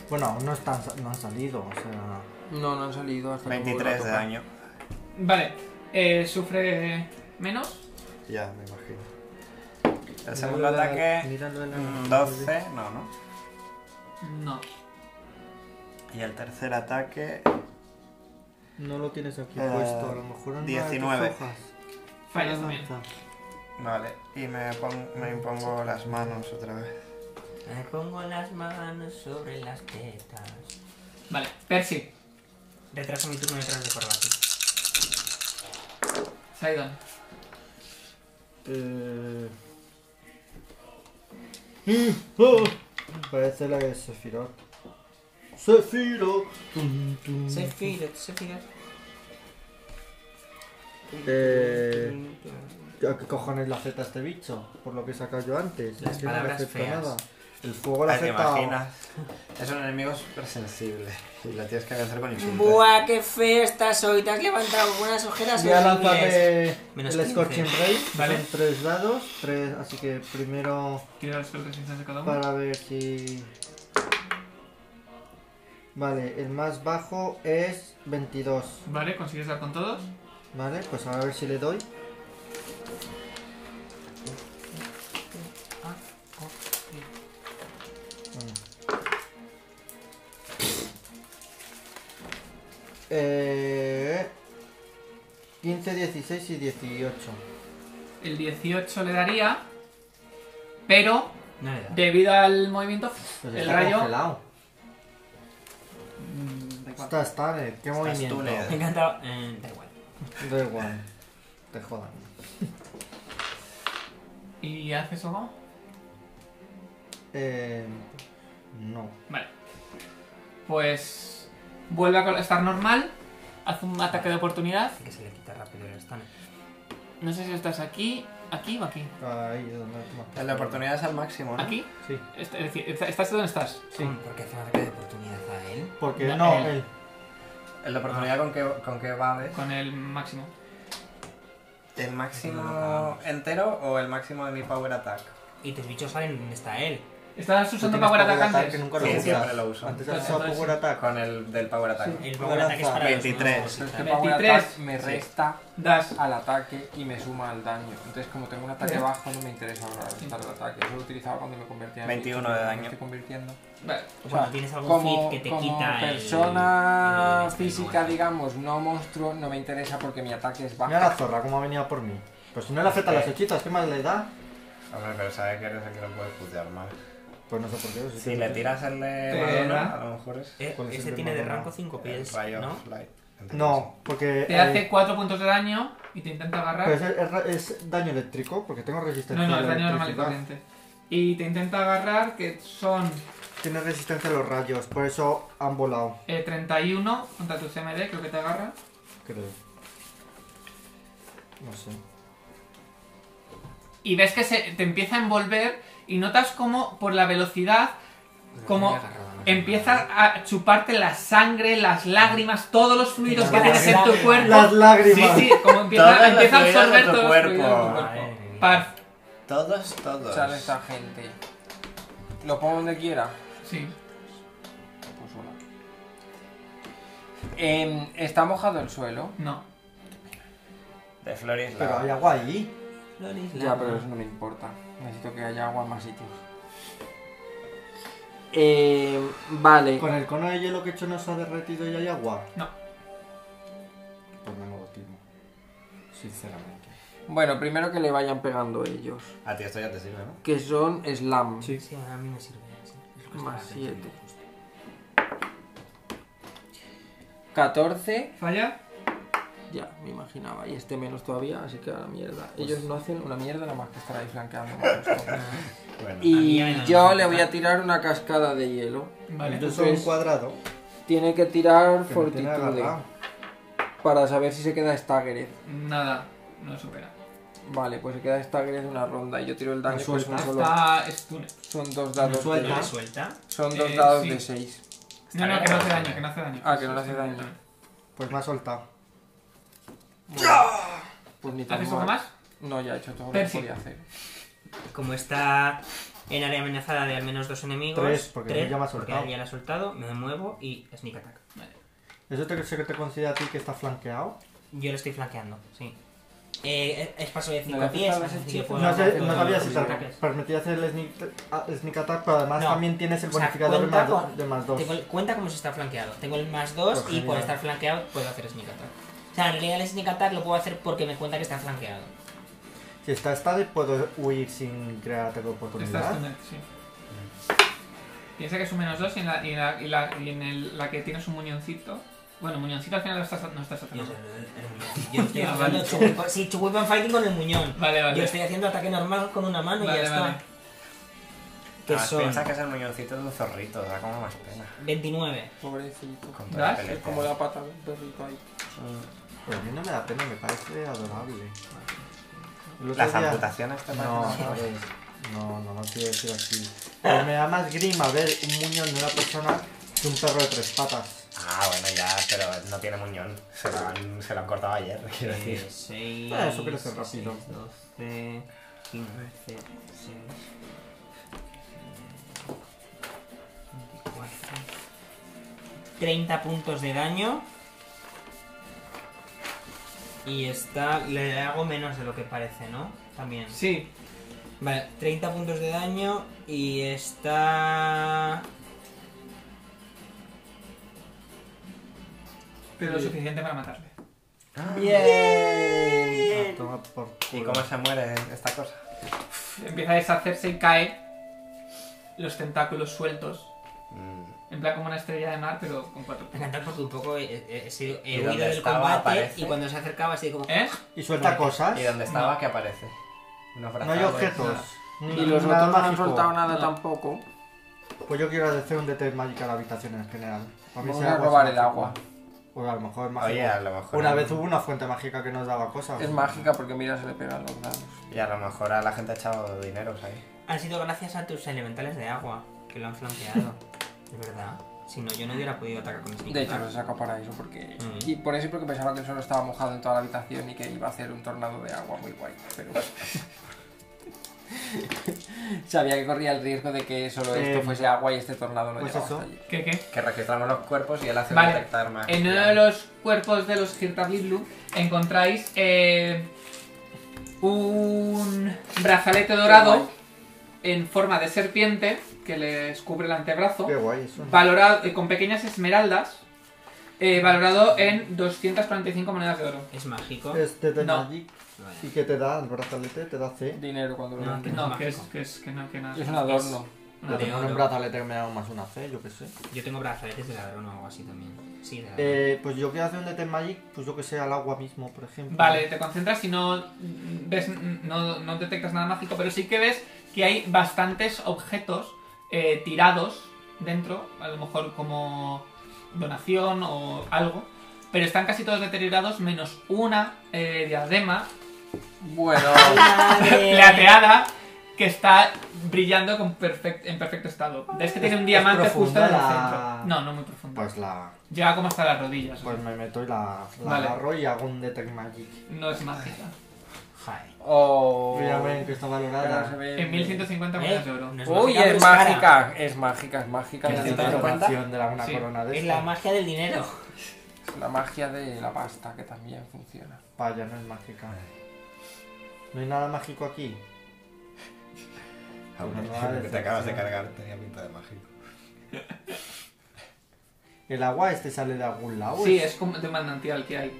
Speaker 4: Bueno, aún no, están, sa- no han salido, o sea.
Speaker 2: No, no han salido hasta que me vuelva a
Speaker 5: 23 de
Speaker 2: tocar.
Speaker 5: daño.
Speaker 1: Vale, eh, sufre menos.
Speaker 6: Ya, me imagino.
Speaker 5: El
Speaker 4: míralo
Speaker 5: segundo
Speaker 4: de la-
Speaker 5: ataque...
Speaker 4: míralo en la-
Speaker 5: mm, 12, no, ¿no?
Speaker 1: No.
Speaker 5: Y el tercer ataque...
Speaker 4: No lo tienes aquí
Speaker 5: Eh,
Speaker 4: puesto, a lo mejor en
Speaker 5: 19.
Speaker 4: Una de tus hojas.
Speaker 1: Fallas también.
Speaker 5: Vale, y me, pon- me impongo las manos otra vez.
Speaker 3: Me pongo las manos sobre las tetas.
Speaker 1: Vale, Percy,
Speaker 3: Retraso mi turno detrás de corbata.
Speaker 1: Sidon.
Speaker 4: Eh... ¡Mm! ¡Oh! Parece la de Sephiroth. Sephiroth. Tum, tum.
Speaker 3: Sephiroth, Sephiroth.
Speaker 4: Eh, ¿A ¿Qué cojones le afecta a este bicho? Por lo que he sacado yo antes.
Speaker 3: Las
Speaker 4: Es que no le
Speaker 3: palabras
Speaker 4: afecta
Speaker 3: feas. Ah,
Speaker 4: nada. El fuego le
Speaker 5: Ay, ¿Te
Speaker 4: afecta.
Speaker 5: imaginas? Es un enemigo súper sensible y lo tienes que vencer con insultos.
Speaker 3: Buah, qué fea estás hoy. Te has levantado con unas ojeras.
Speaker 4: Voy a
Speaker 3: horribles.
Speaker 4: lanzarle
Speaker 3: Menos
Speaker 4: el
Speaker 3: 15.
Speaker 4: Scorching Ray.
Speaker 1: Vale.
Speaker 4: Son tres dados. Tres, así que primero
Speaker 1: Quiero las ciencias de cada uno.
Speaker 4: para ver si. Vale, el más bajo es 22.
Speaker 1: Vale, consigues dar con todos.
Speaker 4: Vale, pues ahora a ver si le doy. Mm. Eh, 15, 16 y 18.
Speaker 1: El 18 le daría. Pero,
Speaker 3: No le da.
Speaker 1: debido al movimiento,
Speaker 4: Pues
Speaker 1: el
Speaker 4: está
Speaker 1: rayo.
Speaker 4: congelado.
Speaker 1: Mm, da igual.
Speaker 4: Está Stanley, qué movimiento.
Speaker 5: stunned.
Speaker 3: Me encanta. Eh, da igual.
Speaker 4: Da igual, te jodan.
Speaker 1: ¿Y haces algo?
Speaker 4: Eh, no.
Speaker 1: Vale. Pues. Vuelve a col- estar normal. Haz un ataque de oportunidad.
Speaker 3: Así que se le quita rápido el stun.
Speaker 1: No sé si estás aquí, aquí o aquí.
Speaker 4: Ahí es donde es más.
Speaker 5: El de oportunidad es al máximo, ¿no?
Speaker 1: Aquí.
Speaker 4: Sí,
Speaker 1: Est- Es decir, est- ¿estás donde estás?
Speaker 4: sí.
Speaker 3: Mm, ¿Por qué hace un ataque de oportunidad a él?
Speaker 4: Porque
Speaker 1: No,
Speaker 4: no,
Speaker 1: él.
Speaker 4: él.
Speaker 5: El de oportunidad con que, con que va, ¿ves?
Speaker 1: Con el máximo.
Speaker 5: ¿El máximo entero o el máximo de mi power attack?
Speaker 3: Y tus bichos saben dónde está él.
Speaker 1: Estabas
Speaker 4: Tú
Speaker 1: usando
Speaker 4: tienes
Speaker 1: Power
Speaker 4: power
Speaker 1: Attack
Speaker 4: attack
Speaker 1: antes.
Speaker 4: que nunca
Speaker 5: Sí,
Speaker 4: lo usas.
Speaker 5: siempre lo uso.
Speaker 4: Antes has
Speaker 1: Entonces,
Speaker 4: usado
Speaker 1: entonces
Speaker 4: power
Speaker 1: sí.
Speaker 4: attack.
Speaker 5: Con el del power attack.
Speaker 4: Sí.
Speaker 3: El
Speaker 4: Lo
Speaker 3: power attack es
Speaker 4: lanza.
Speaker 3: para los
Speaker 5: 23.
Speaker 3: nuevos y
Speaker 2: Este
Speaker 3: tal.
Speaker 2: power
Speaker 1: 23.
Speaker 2: attack me resta
Speaker 1: Das.
Speaker 2: al ataque y me suma al daño. Entonces, como tengo un ataque
Speaker 1: Ya.
Speaker 2: bajo, no me interesa ahora restar el ataque. Eso lo utilizaba cuando me convertía en
Speaker 5: 21
Speaker 2: bicho,
Speaker 5: de
Speaker 2: pero me
Speaker 5: daño.
Speaker 2: estoy convirtiendo.
Speaker 1: Vale.
Speaker 3: O
Speaker 2: O
Speaker 3: cuando
Speaker 2: sea,
Speaker 3: tienes algún
Speaker 2: Como,
Speaker 3: feed que te
Speaker 2: como
Speaker 3: quita el-
Speaker 2: persona
Speaker 3: el- el-
Speaker 2: física, digamos, no monstruo, no me interesa porque mi ataque es bajo.
Speaker 4: Mira la zorra, cómo ha venido a por mí. Pues si no le afecta a las hechizas, ¿qué más le da?
Speaker 5: Hombre, pero sabe que eres el que lo puede putear más.
Speaker 4: Pues no sé por qué.
Speaker 5: Si le tiras el de
Speaker 1: Te
Speaker 5: Madonna,
Speaker 1: da.
Speaker 5: a lo mejor es
Speaker 3: Eh,
Speaker 4: Con el
Speaker 3: este
Speaker 4: síndrome
Speaker 3: tiene de
Speaker 4: de Down.
Speaker 3: rango 5
Speaker 5: el
Speaker 3: pies,
Speaker 5: rayo
Speaker 3: ¿no?
Speaker 5: of light. Entonces,
Speaker 4: No, porque.
Speaker 1: Te
Speaker 4: eh, Pues,
Speaker 1: hace 4 puntos de daño y te intenta agarrar.
Speaker 4: Pero es, es ra- es daño eléctrico, porque tengo resistencia
Speaker 1: no, no,
Speaker 4: a
Speaker 1: es
Speaker 4: la
Speaker 1: daño normal y
Speaker 4: electricidad.
Speaker 1: corriente. Y te intenta agarrar, que son
Speaker 4: Tiene resistencia a los rayos, por eso han volado,
Speaker 1: eh, 31 contra tu CMD, creo que te agarra.
Speaker 4: creo. No sé.
Speaker 1: Y ves que se, te empieza a envolver y notas como por la velocidad como empieza a chuparte la sangre, las lágrimas, todos los fluidos que
Speaker 4: Las
Speaker 1: tienes en tu cuerpo.
Speaker 4: Las
Speaker 1: Sí,
Speaker 4: lágrimas.
Speaker 1: sí, como
Speaker 5: Todos
Speaker 1: empieza,
Speaker 5: los
Speaker 1: empieza a
Speaker 5: fluidos de
Speaker 1: absorber
Speaker 5: tu
Speaker 1: todo
Speaker 5: cuerpo.
Speaker 3: Madre mía.
Speaker 1: Par,
Speaker 5: Todos, todos.
Speaker 2: Chale esta gente. Lo pongo donde quiera.
Speaker 1: sí.
Speaker 2: Pues hola. Em, está mojado el suelo.
Speaker 1: No.
Speaker 5: De Floris
Speaker 4: Pero
Speaker 5: la-
Speaker 4: hay agua ahí.
Speaker 2: Ya, pero eso no me importa. Necesito que haya agua en más sitios. Em, vale.
Speaker 4: Con el cono de hielo que he hecho no se ha derretido y hay agua.
Speaker 1: No.
Speaker 6: Pues no lo timo. Sinceramente.
Speaker 2: Bueno, primero que le vayan pegando ellos.
Speaker 5: A ti esto ya te sirve, ¿no?
Speaker 2: Que son slam.
Speaker 3: Sí, a mí me sirve. sí.
Speaker 2: Más 7. 14.
Speaker 1: ¿Falla?
Speaker 2: Ya, me imaginaba. Y este menos todavía, así que a la mierda. Ellos no hacen una mierda nada más que estar ahí [laughs] flanqueando. me gusta.
Speaker 5: Bueno.
Speaker 2: y
Speaker 3: A mí no me
Speaker 2: yo
Speaker 3: importa.
Speaker 2: le voy a tirar una cascada de hielo.
Speaker 1: Vale.
Speaker 4: Yo soy un
Speaker 2: Entonces-
Speaker 4: cuadrado.
Speaker 2: Tiene que tirar
Speaker 4: Que me tiene
Speaker 2: fortitude
Speaker 4: agarrado.
Speaker 2: para saber si se queda staggered.
Speaker 1: Nada. No supera.
Speaker 2: Vale, pues se queda staggered una ronda. Y yo tiro el daño,
Speaker 4: Me
Speaker 2: pues son,
Speaker 4: suelta.
Speaker 2: solo-
Speaker 1: Está stunned.
Speaker 2: son dos dados,
Speaker 4: suelta.
Speaker 2: de,
Speaker 4: ¿Me
Speaker 3: suelta?
Speaker 2: son dos
Speaker 1: Eh,
Speaker 2: dados
Speaker 1: sí.
Speaker 2: de 6.
Speaker 1: No, no, que no hace daño, que no hace daño.
Speaker 2: Ah, que no le hace daño.
Speaker 4: Pues me ha soltado.
Speaker 2: Pues ni tan
Speaker 1: ¿Haces algo
Speaker 2: mal.
Speaker 1: más?
Speaker 2: No, ya he hecho todo lo que
Speaker 1: Percy.
Speaker 2: podía hacer.
Speaker 3: Como está en área amenazada de al menos dos enemigos.
Speaker 4: Tres, porque ya la ha
Speaker 3: porque
Speaker 4: soltado.
Speaker 3: ya la ha soltado, me muevo y sneak attack.
Speaker 4: ¿Eso te, sé que te considera a ti que está flanqueado?
Speaker 3: Yo lo estoy flanqueando, sí. Eh, es paso de 5
Speaker 2: ¿No le
Speaker 3: pies,
Speaker 2: afectan los
Speaker 3: así Pues que
Speaker 2: hechizos?
Speaker 3: puedo
Speaker 4: No,
Speaker 3: hacer
Speaker 4: sé, no
Speaker 3: todos
Speaker 4: sabía
Speaker 3: los
Speaker 4: si te
Speaker 3: ataques.
Speaker 4: permitía hacer el sneak, a- sneak attack, pero además
Speaker 3: No.
Speaker 4: también tienes el
Speaker 3: O sea,
Speaker 4: bonificador de
Speaker 3: cuenta
Speaker 4: más do-
Speaker 3: con-
Speaker 4: de más 2.
Speaker 3: Tengo el- cuenta como si está flanqueado. Tengo el más 2
Speaker 4: Pues
Speaker 3: y por
Speaker 4: genial.
Speaker 3: estar flanqueado puedo hacer sneak attack. O sea, en realidad el sneak attack lo puedo hacer porque me cuenta que está flanqueado.
Speaker 4: Si está estable puedo huir sin crear ataque de
Speaker 1: Está
Speaker 4: oportunidad.
Speaker 1: stunned, sí. Piensa que es un menos 2 y en, la, y en, la, y la- y en el- la que tienes un muñoncito. Bueno, muñoncito al final no estás, Ah, no estás
Speaker 3: Yo,
Speaker 1: atacando. [laughs]
Speaker 3: yo estoy
Speaker 1: Ya,
Speaker 3: haciendo
Speaker 1: Ah, vale.
Speaker 3: Chubu- con- sí, Chubu Weapon Fighting con el muñón.
Speaker 1: Vale, vale.
Speaker 3: Yo estoy haciendo ataque normal con una mano
Speaker 1: Vale,
Speaker 3: y ya
Speaker 1: vale. Ah,
Speaker 3: está. Que
Speaker 5: Además,
Speaker 3: son
Speaker 5: piensa que es el muñoncito de un zorrito, da como más pena.
Speaker 3: 29.
Speaker 2: Pobrecito.
Speaker 5: Con toda la
Speaker 1: ¿Das?
Speaker 2: Es
Speaker 5: pelea.
Speaker 2: como la pata del perrito ahí.
Speaker 4: Pero a mí no me da pena, me parece adorable. El otro
Speaker 5: Las
Speaker 4: día-
Speaker 5: amputaciones te
Speaker 4: No,
Speaker 5: parecen
Speaker 4: a ver, no, no, no quiero decir aquí. Pero me da más grima ver un muñón de una persona que un perro de tres patas.
Speaker 5: Ah, bueno, ya, pero no tiene muñón. Se lo han, se lo han cortado ayer, [laughs] quiero decir.
Speaker 3: 6.
Speaker 4: Ah, eso quiere ser rápido.
Speaker 3: 12, 15, 6. 24. 30 puntos de daño. Y está. Le hago menos de lo que parece, ¿no? También.
Speaker 1: Sí,
Speaker 3: Vale, 30 puntos de daño y está.
Speaker 1: pero lo suficiente para matarle.
Speaker 4: Ah, toma por
Speaker 5: ¿Y
Speaker 4: culo.
Speaker 5: cómo se muere esta cosa?
Speaker 1: Empieza a deshacerse y cae. Los tentáculos sueltos.
Speaker 5: Mm.
Speaker 1: En plan como una estrella de mar, pero con cuatro
Speaker 3: Me
Speaker 1: puntas.
Speaker 3: encanta porque un poco he, he- he sido- he
Speaker 5: ¿Y
Speaker 3: huido
Speaker 5: dónde
Speaker 3: del
Speaker 5: estaba?
Speaker 3: combate
Speaker 5: Aparece.
Speaker 3: y cuando se acercaba así como.
Speaker 1: ¿Eh?
Speaker 4: Y suelta cosas.
Speaker 5: ¿Y dónde estaba? ¿Qué aparece? Unos
Speaker 4: No hay
Speaker 5: brazales,
Speaker 6: pues,
Speaker 4: objetos. Mm,
Speaker 2: Y los
Speaker 4: Nada
Speaker 2: otros no han
Speaker 4: mágico.
Speaker 2: soltado nada
Speaker 1: No.
Speaker 2: tampoco.
Speaker 4: Pues yo quiero hacer un detect mágico a la habitación en general. Para mí
Speaker 2: Vamos
Speaker 4: ese
Speaker 2: a
Speaker 4: agua
Speaker 2: robar
Speaker 4: es
Speaker 2: el
Speaker 4: mágico.
Speaker 2: agua.
Speaker 4: O a lo mejor es
Speaker 5: ¿no? Oye, a
Speaker 4: mágico.
Speaker 5: lo mejor.
Speaker 4: Una vez hubo una fuente mágica que nos daba cosas.
Speaker 2: Es mágica porque mira, se le pegan los dados.
Speaker 5: Y a lo mejor a la gente ha echado dinero ahí.
Speaker 3: Han sido gracias a tus elementales de agua que lo han flanqueado. es verdad. Si no, yo no hubiera podido atacar con Sneak
Speaker 2: De hecho,
Speaker 3: Attack.
Speaker 2: lo saco para eso porque.
Speaker 3: Mm.
Speaker 2: Y por eso y porque pensaba que el suelo estaba mojado en toda la habitación y que iba a hacer un tornado de agua muy guay. Pero.
Speaker 4: [laughs]
Speaker 2: Sabía que corría el riesgo de que solo esto
Speaker 4: Eh,
Speaker 2: fuese agua y este tornado no
Speaker 4: pues
Speaker 2: llegaba
Speaker 4: eso.
Speaker 2: hasta allí.
Speaker 1: ¿Qué, qué?
Speaker 5: Que registramos los cuerpos y él hace
Speaker 1: Vale.
Speaker 5: detectar más.
Speaker 1: En uno de los cuerpos de los Blue encontráis eh, un brazalete dorado en forma de serpiente que les cubre el antebrazo,
Speaker 4: Qué guay eso.
Speaker 1: valorado eh, con pequeñas esmeraldas, eh, valorado en 245 monedas de oro.
Speaker 3: Es mágico.
Speaker 4: Es detect
Speaker 1: No.
Speaker 4: magic.
Speaker 3: Vale.
Speaker 4: ¿Y qué te da? El brazalete te da C.
Speaker 2: Dinero cuando lo
Speaker 4: Ah,
Speaker 3: No,
Speaker 2: vendes.
Speaker 3: Es
Speaker 1: No, que es,
Speaker 3: mágico.
Speaker 1: que es que no, que nada.
Speaker 2: Es un adorno.
Speaker 4: Yo
Speaker 3: De
Speaker 4: tengo
Speaker 3: oro.
Speaker 4: un brazalete que me da más una C, yo qué sé.
Speaker 3: Yo tengo brazaletes de ladrón o algo así también. Sí, de ladrón. [laughs]
Speaker 4: Eh, pues yo quiero hacer un detect magic, pues yo que sé, al agua mismo, por ejemplo.
Speaker 1: Vale, te concentras y no ves, no, no detectas nada mágico, pero sí que ves que hay bastantes objetos eh, tirados dentro, a lo mejor como donación o algo, pero están casi todos deteriorados menos una eh, diadema
Speaker 2: Bueno,
Speaker 4: [laughs] Eh.
Speaker 1: eh. plateada que está brillando con perfect- en perfecto estado. Ves que tiene un
Speaker 4: Es
Speaker 1: diamante justo en
Speaker 4: profunda
Speaker 1: el
Speaker 4: la-
Speaker 1: centro. No, no muy profundo.
Speaker 4: Pues la.
Speaker 1: Llega como hasta las rodillas. o
Speaker 4: Pues me meto y la, la
Speaker 1: Vale.
Speaker 4: agarro y hago un detect magic.
Speaker 1: sea, No es mágica.
Speaker 3: Jai.
Speaker 2: o.
Speaker 4: Yo ya ven que está
Speaker 2: Ahora oh. se
Speaker 4: valorada.
Speaker 2: ve-
Speaker 1: En 1150 monedas de oro.
Speaker 3: No
Speaker 2: Uy,
Speaker 3: mágica, pero
Speaker 2: Eh, es
Speaker 3: cara.
Speaker 2: mágica. Es mágica, es mágica.
Speaker 4: Que
Speaker 2: es
Speaker 4: es
Speaker 5: ¿Te
Speaker 4: la
Speaker 5: das
Speaker 2: mágica.
Speaker 5: cuenta?
Speaker 4: valoración de la una
Speaker 1: Sí.
Speaker 4: corona de
Speaker 3: Es la
Speaker 4: esta.
Speaker 3: magia del dinero.
Speaker 2: La magia de la pasta, que también funciona.
Speaker 4: Vaya, no es mágica. ¿No hay nada mágico aquí?
Speaker 6: [laughs]
Speaker 5: [laughs]
Speaker 6: Aún
Speaker 4: Una nueva
Speaker 6: Ah, no, que te acabas de
Speaker 4: decepción.
Speaker 6: cargar tenía pinta de mágico.
Speaker 4: El agua este sale de algún lado.
Speaker 1: Sí, es como de manantial que hay.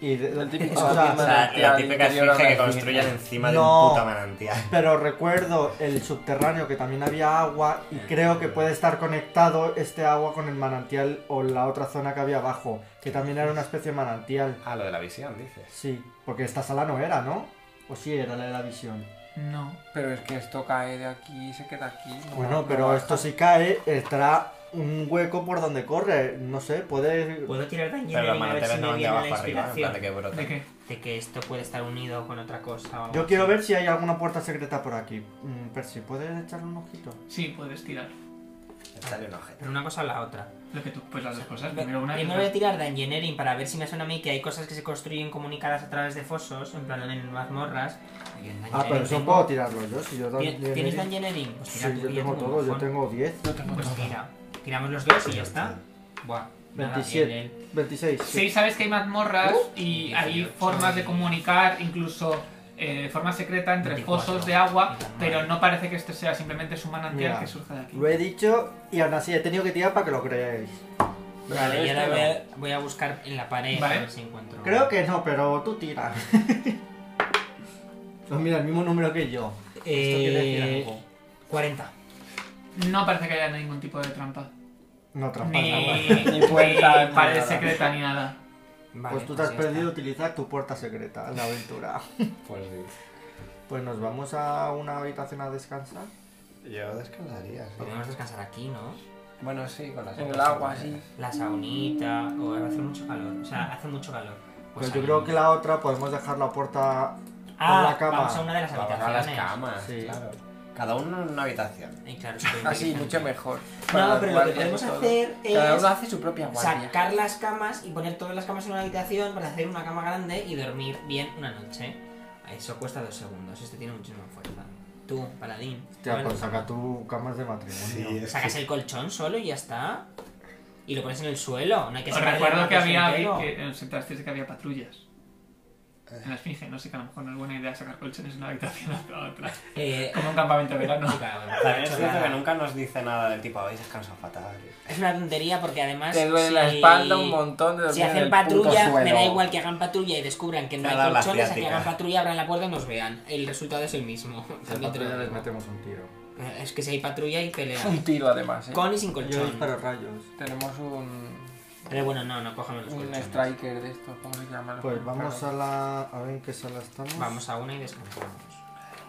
Speaker 4: Y de-
Speaker 2: El típico
Speaker 4: [laughs] o sea,
Speaker 5: O sea,
Speaker 6: La
Speaker 5: al
Speaker 6: típica
Speaker 5: interior
Speaker 6: esfinge que
Speaker 5: de la
Speaker 6: construyen
Speaker 5: esfinge.
Speaker 6: encima de
Speaker 4: No.
Speaker 6: un puta manantial.
Speaker 4: Pero recuerdo el subterráneo que también había agua y creo que puede estar conectado este agua con el manantial o la otra zona que había abajo, que también era una especie de manantial.
Speaker 6: Ah, lo de la visión, dices.
Speaker 4: Sí, porque esta sala no era, ¿no? O sí, era la de la visión.
Speaker 1: No.
Speaker 2: Pero es que esto cae de aquí y se queda aquí. no-
Speaker 4: Bueno,
Speaker 2: no
Speaker 4: pero
Speaker 2: baja.
Speaker 4: esto si cae, estará un hueco por donde corre. No sé, puede...
Speaker 3: ¿Puedo tirar de
Speaker 6: Pero los
Speaker 3: engineering a ver si
Speaker 6: manantiales no
Speaker 3: me
Speaker 6: van de
Speaker 3: viene la
Speaker 6: abajo arriba, en plan de
Speaker 3: inspiración?
Speaker 6: que brotan.
Speaker 1: ¿De qué?
Speaker 3: De que esto puede estar unido con otra cosa. o algo
Speaker 4: Yo quiero
Speaker 3: así.
Speaker 4: ver si hay alguna puerta secreta por aquí. Mm, Percy, ¿puedes echarle un ojito?
Speaker 1: Sí, puedes tirar.
Speaker 6: Sale un objeto.
Speaker 3: Pero una cosa o la otra.
Speaker 1: Lo que tú, pues las dos cosas. Primero una y
Speaker 3: Primero eh, voy a
Speaker 1: otra.
Speaker 3: tirar de engineering para ver si me suena a mí que hay cosas que se construyen comunicadas a través de fosos, en plan en mazmorras. Y en
Speaker 4: Ah, pero
Speaker 3: engineering
Speaker 4: eso
Speaker 3: tengo-
Speaker 4: puedo tirarlo yo, si yo... doy-
Speaker 3: Ti- ¿Tienes de engineering? Pues tira
Speaker 4: Sí,
Speaker 3: tú, ya
Speaker 4: yo tengo
Speaker 3: tengo un
Speaker 4: todo, yo
Speaker 3: mojón.
Speaker 4: tengo 10.
Speaker 3: Pues tira. Tiramos los dos y ya está. Buah. nada,
Speaker 4: 27.
Speaker 3: bien, bien.
Speaker 4: 26.
Speaker 1: Sí, sabes que hay mazmorras y hay
Speaker 3: 18.
Speaker 1: formas de comunicar, incluso eh, de forma secreta, entre
Speaker 3: 24.
Speaker 1: fosos de agua,
Speaker 3: Mira,
Speaker 1: pero
Speaker 3: madre.
Speaker 1: no parece que esto sea simplemente es un manantial
Speaker 4: Mira.
Speaker 1: que surge de aquí.
Speaker 4: Lo he dicho y aún así he tenido que tirar para que lo creáis.
Speaker 3: Vale, y ahora
Speaker 4: este
Speaker 3: voy
Speaker 4: no.
Speaker 3: a, voy a buscar en la pared
Speaker 1: Vale.
Speaker 3: a ver si encuentro.
Speaker 4: Creo que no, pero tú tira. [laughs] pues mira, el mismo número que yo. Esto quiere decir
Speaker 3: Eh,
Speaker 4: algo.
Speaker 3: 40.
Speaker 1: No parece que haya ningún tipo de trampa.
Speaker 4: No trampas
Speaker 1: [laughs]
Speaker 4: nada.
Speaker 1: Ni,
Speaker 5: Ni puerta,
Speaker 1: ni
Speaker 5: ni
Speaker 1: pared
Speaker 5: nada.
Speaker 1: secreta, ni nada.
Speaker 3: Vale,
Speaker 4: Pues tú te has
Speaker 3: ya está.
Speaker 4: perdido utilizar tu puerta secreta en la aventura.
Speaker 6: Pues
Speaker 4: Pues nos vamos a una habitación a descansar.
Speaker 6: sí. Yo descansaría, sí.
Speaker 3: Podemos descansar aquí, ¿no?
Speaker 5: Bueno, sí, con las
Speaker 2: En el
Speaker 5: otras
Speaker 2: agua,
Speaker 5: cosas.
Speaker 2: así.
Speaker 3: La saunita, o hace mucho calor. O sea, hace mucho calor.
Speaker 4: Pues
Speaker 3: ahí.
Speaker 4: yo creo que la otra podemos dejar la puerta.
Speaker 3: Ah,
Speaker 4: con la cama.
Speaker 3: vamos a una de las
Speaker 6: Para bajar las
Speaker 3: habitaciones.
Speaker 6: camas,
Speaker 4: Sí.
Speaker 6: claro. Cada uno en una habitación.
Speaker 3: Eh, claro, súper
Speaker 2: Así,
Speaker 3: interesante.
Speaker 2: Ah, mucho mejor. Para
Speaker 3: No,
Speaker 2: las
Speaker 3: pero lo que
Speaker 2: guardias y
Speaker 3: podemos
Speaker 2: todo.
Speaker 3: hacer
Speaker 2: Cada
Speaker 3: es
Speaker 2: uno hace su propia guardia.
Speaker 3: sacar las camas y poner todas las camas en una habitación para hacer una cama grande y dormir bien una noche. Eso cuesta dos segundos, este tiene muchísima fuerza. Tú, paladín.
Speaker 4: Hostia,
Speaker 3: bueno,
Speaker 4: pues saca tu camas de
Speaker 6: Sí,
Speaker 4: matrimonio.
Speaker 6: es
Speaker 3: Sacas el colchón solo y ya está. Y lo pones en el suelo, no hay que
Speaker 1: Os
Speaker 3: sacarle
Speaker 1: recuerdo
Speaker 3: una
Speaker 1: que
Speaker 3: cosa
Speaker 1: había,
Speaker 3: entero.
Speaker 1: que os enterasteis de que había patrullas. En la esfinge, no sé que a lo mejor no es buena idea sacar colchones de una habitación [laughs] a otra. [laughs]
Speaker 3: Eh, [laughs]
Speaker 1: Como un campamento de verano.
Speaker 3: sí, claro, bueno,
Speaker 6: También es
Speaker 3: chorrada.
Speaker 6: cierto que nunca nos dice nada del tipo, habéis descansado fatal.
Speaker 3: Es una tontería porque además.
Speaker 2: Te duele
Speaker 3: si-
Speaker 2: la espalda un montón de dormir
Speaker 3: Si
Speaker 2: en
Speaker 3: hacen
Speaker 2: el
Speaker 3: patrulla,
Speaker 2: puto
Speaker 3: me da
Speaker 2: suelo.
Speaker 3: igual que hagan patrulla y descubran que no
Speaker 6: Te
Speaker 3: hay
Speaker 6: ha dado la
Speaker 3: colchones, a que
Speaker 6: ciática.
Speaker 3: hagan patrulla, abran la puerta y nos vean. El resultado es el mismo. [laughs]
Speaker 4: Al
Speaker 3: También te lo
Speaker 4: patrulla les
Speaker 3: digo.
Speaker 4: metemos un tiro.
Speaker 3: Eh, Es que si hay patrulla y pelea.
Speaker 2: [laughs] Un tiro, además, ¿eh?
Speaker 3: Con y sin
Speaker 4: Yo
Speaker 3: colchón.
Speaker 4: disparo rayos.
Speaker 2: Tenemos un...
Speaker 3: Pero bueno, no, no cojamos los
Speaker 2: Un
Speaker 3: colchones.
Speaker 2: striker de estos, ¿cómo se llama?
Speaker 4: Pues vamos a la. A ver en qué sala estamos.
Speaker 3: Vamos a una y descansamos.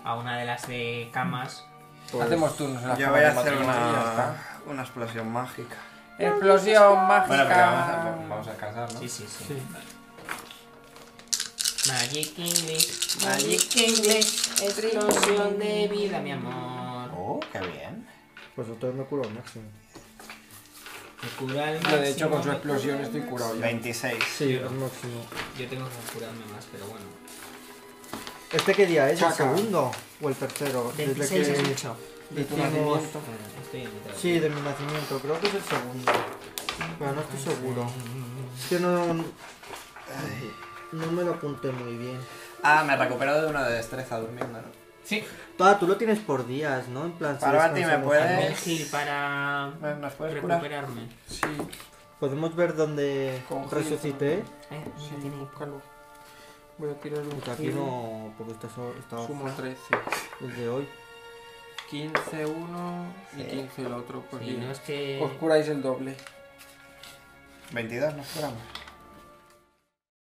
Speaker 3: A una de las de camas.
Speaker 4: Pues-
Speaker 2: Hacemos turnos en la
Speaker 6: Yo voy a hacer una, una explosión mágica.
Speaker 2: Explosión mágica.
Speaker 6: Bueno, pero vamos a, vamos a descansar, ¿no?
Speaker 3: Sí, sí, sí.
Speaker 4: Sí.
Speaker 3: Magic English.
Speaker 2: Magic
Speaker 3: English. Explosión de vida, mi amor.
Speaker 6: Oh, qué bien.
Speaker 4: Pues yo todavía me curo al máximo.
Speaker 3: Me cura el
Speaker 2: Yo, de hecho, con su
Speaker 3: máximo.
Speaker 2: explosión estoy curado ya.
Speaker 6: 26.
Speaker 4: Sí, al máximo.
Speaker 3: Yo tengo que curarme más, pero bueno.
Speaker 4: ¿Este qué día es? ¿El
Speaker 2: Chaca.
Speaker 4: segundo o el tercero?
Speaker 3: 26 es mucho.
Speaker 2: De tu
Speaker 4: Hicimos-
Speaker 2: nacimiento.
Speaker 3: eh, Estoy en mitad.
Speaker 4: Sí, de mi nacimiento, creo que es el segundo. Pero no
Speaker 3: Ah,
Speaker 4: estoy seguro. Es que no. No me lo apunté muy bien.
Speaker 6: Ah, me recupero de una destreza durmiendo, ¿no?
Speaker 1: Sí,
Speaker 4: Ah, tú lo tienes por días, ¿no? En plan, si
Speaker 6: Parvati, ¿me
Speaker 4: descansamos
Speaker 6: puedes?
Speaker 4: algo.
Speaker 3: Hazme el heal para
Speaker 6: ¿Me- ¿Nos puedes curar?
Speaker 3: recuperarme.
Speaker 2: Sí,
Speaker 4: ¿Podemos ver dónde
Speaker 2: Con
Speaker 4: resucité?
Speaker 3: Eh,
Speaker 2: sí,
Speaker 3: mira, tiene-
Speaker 2: búscalo. Voy a tirar un
Speaker 4: Porque aquí no. Porque está so- está
Speaker 2: Sumo 13.
Speaker 4: el de hoy.
Speaker 2: 15 uno y 15 el otro. Pues
Speaker 3: Sí, no
Speaker 2: bien.
Speaker 3: es que...
Speaker 2: Os curáis el doble.
Speaker 6: 22 nos curamos.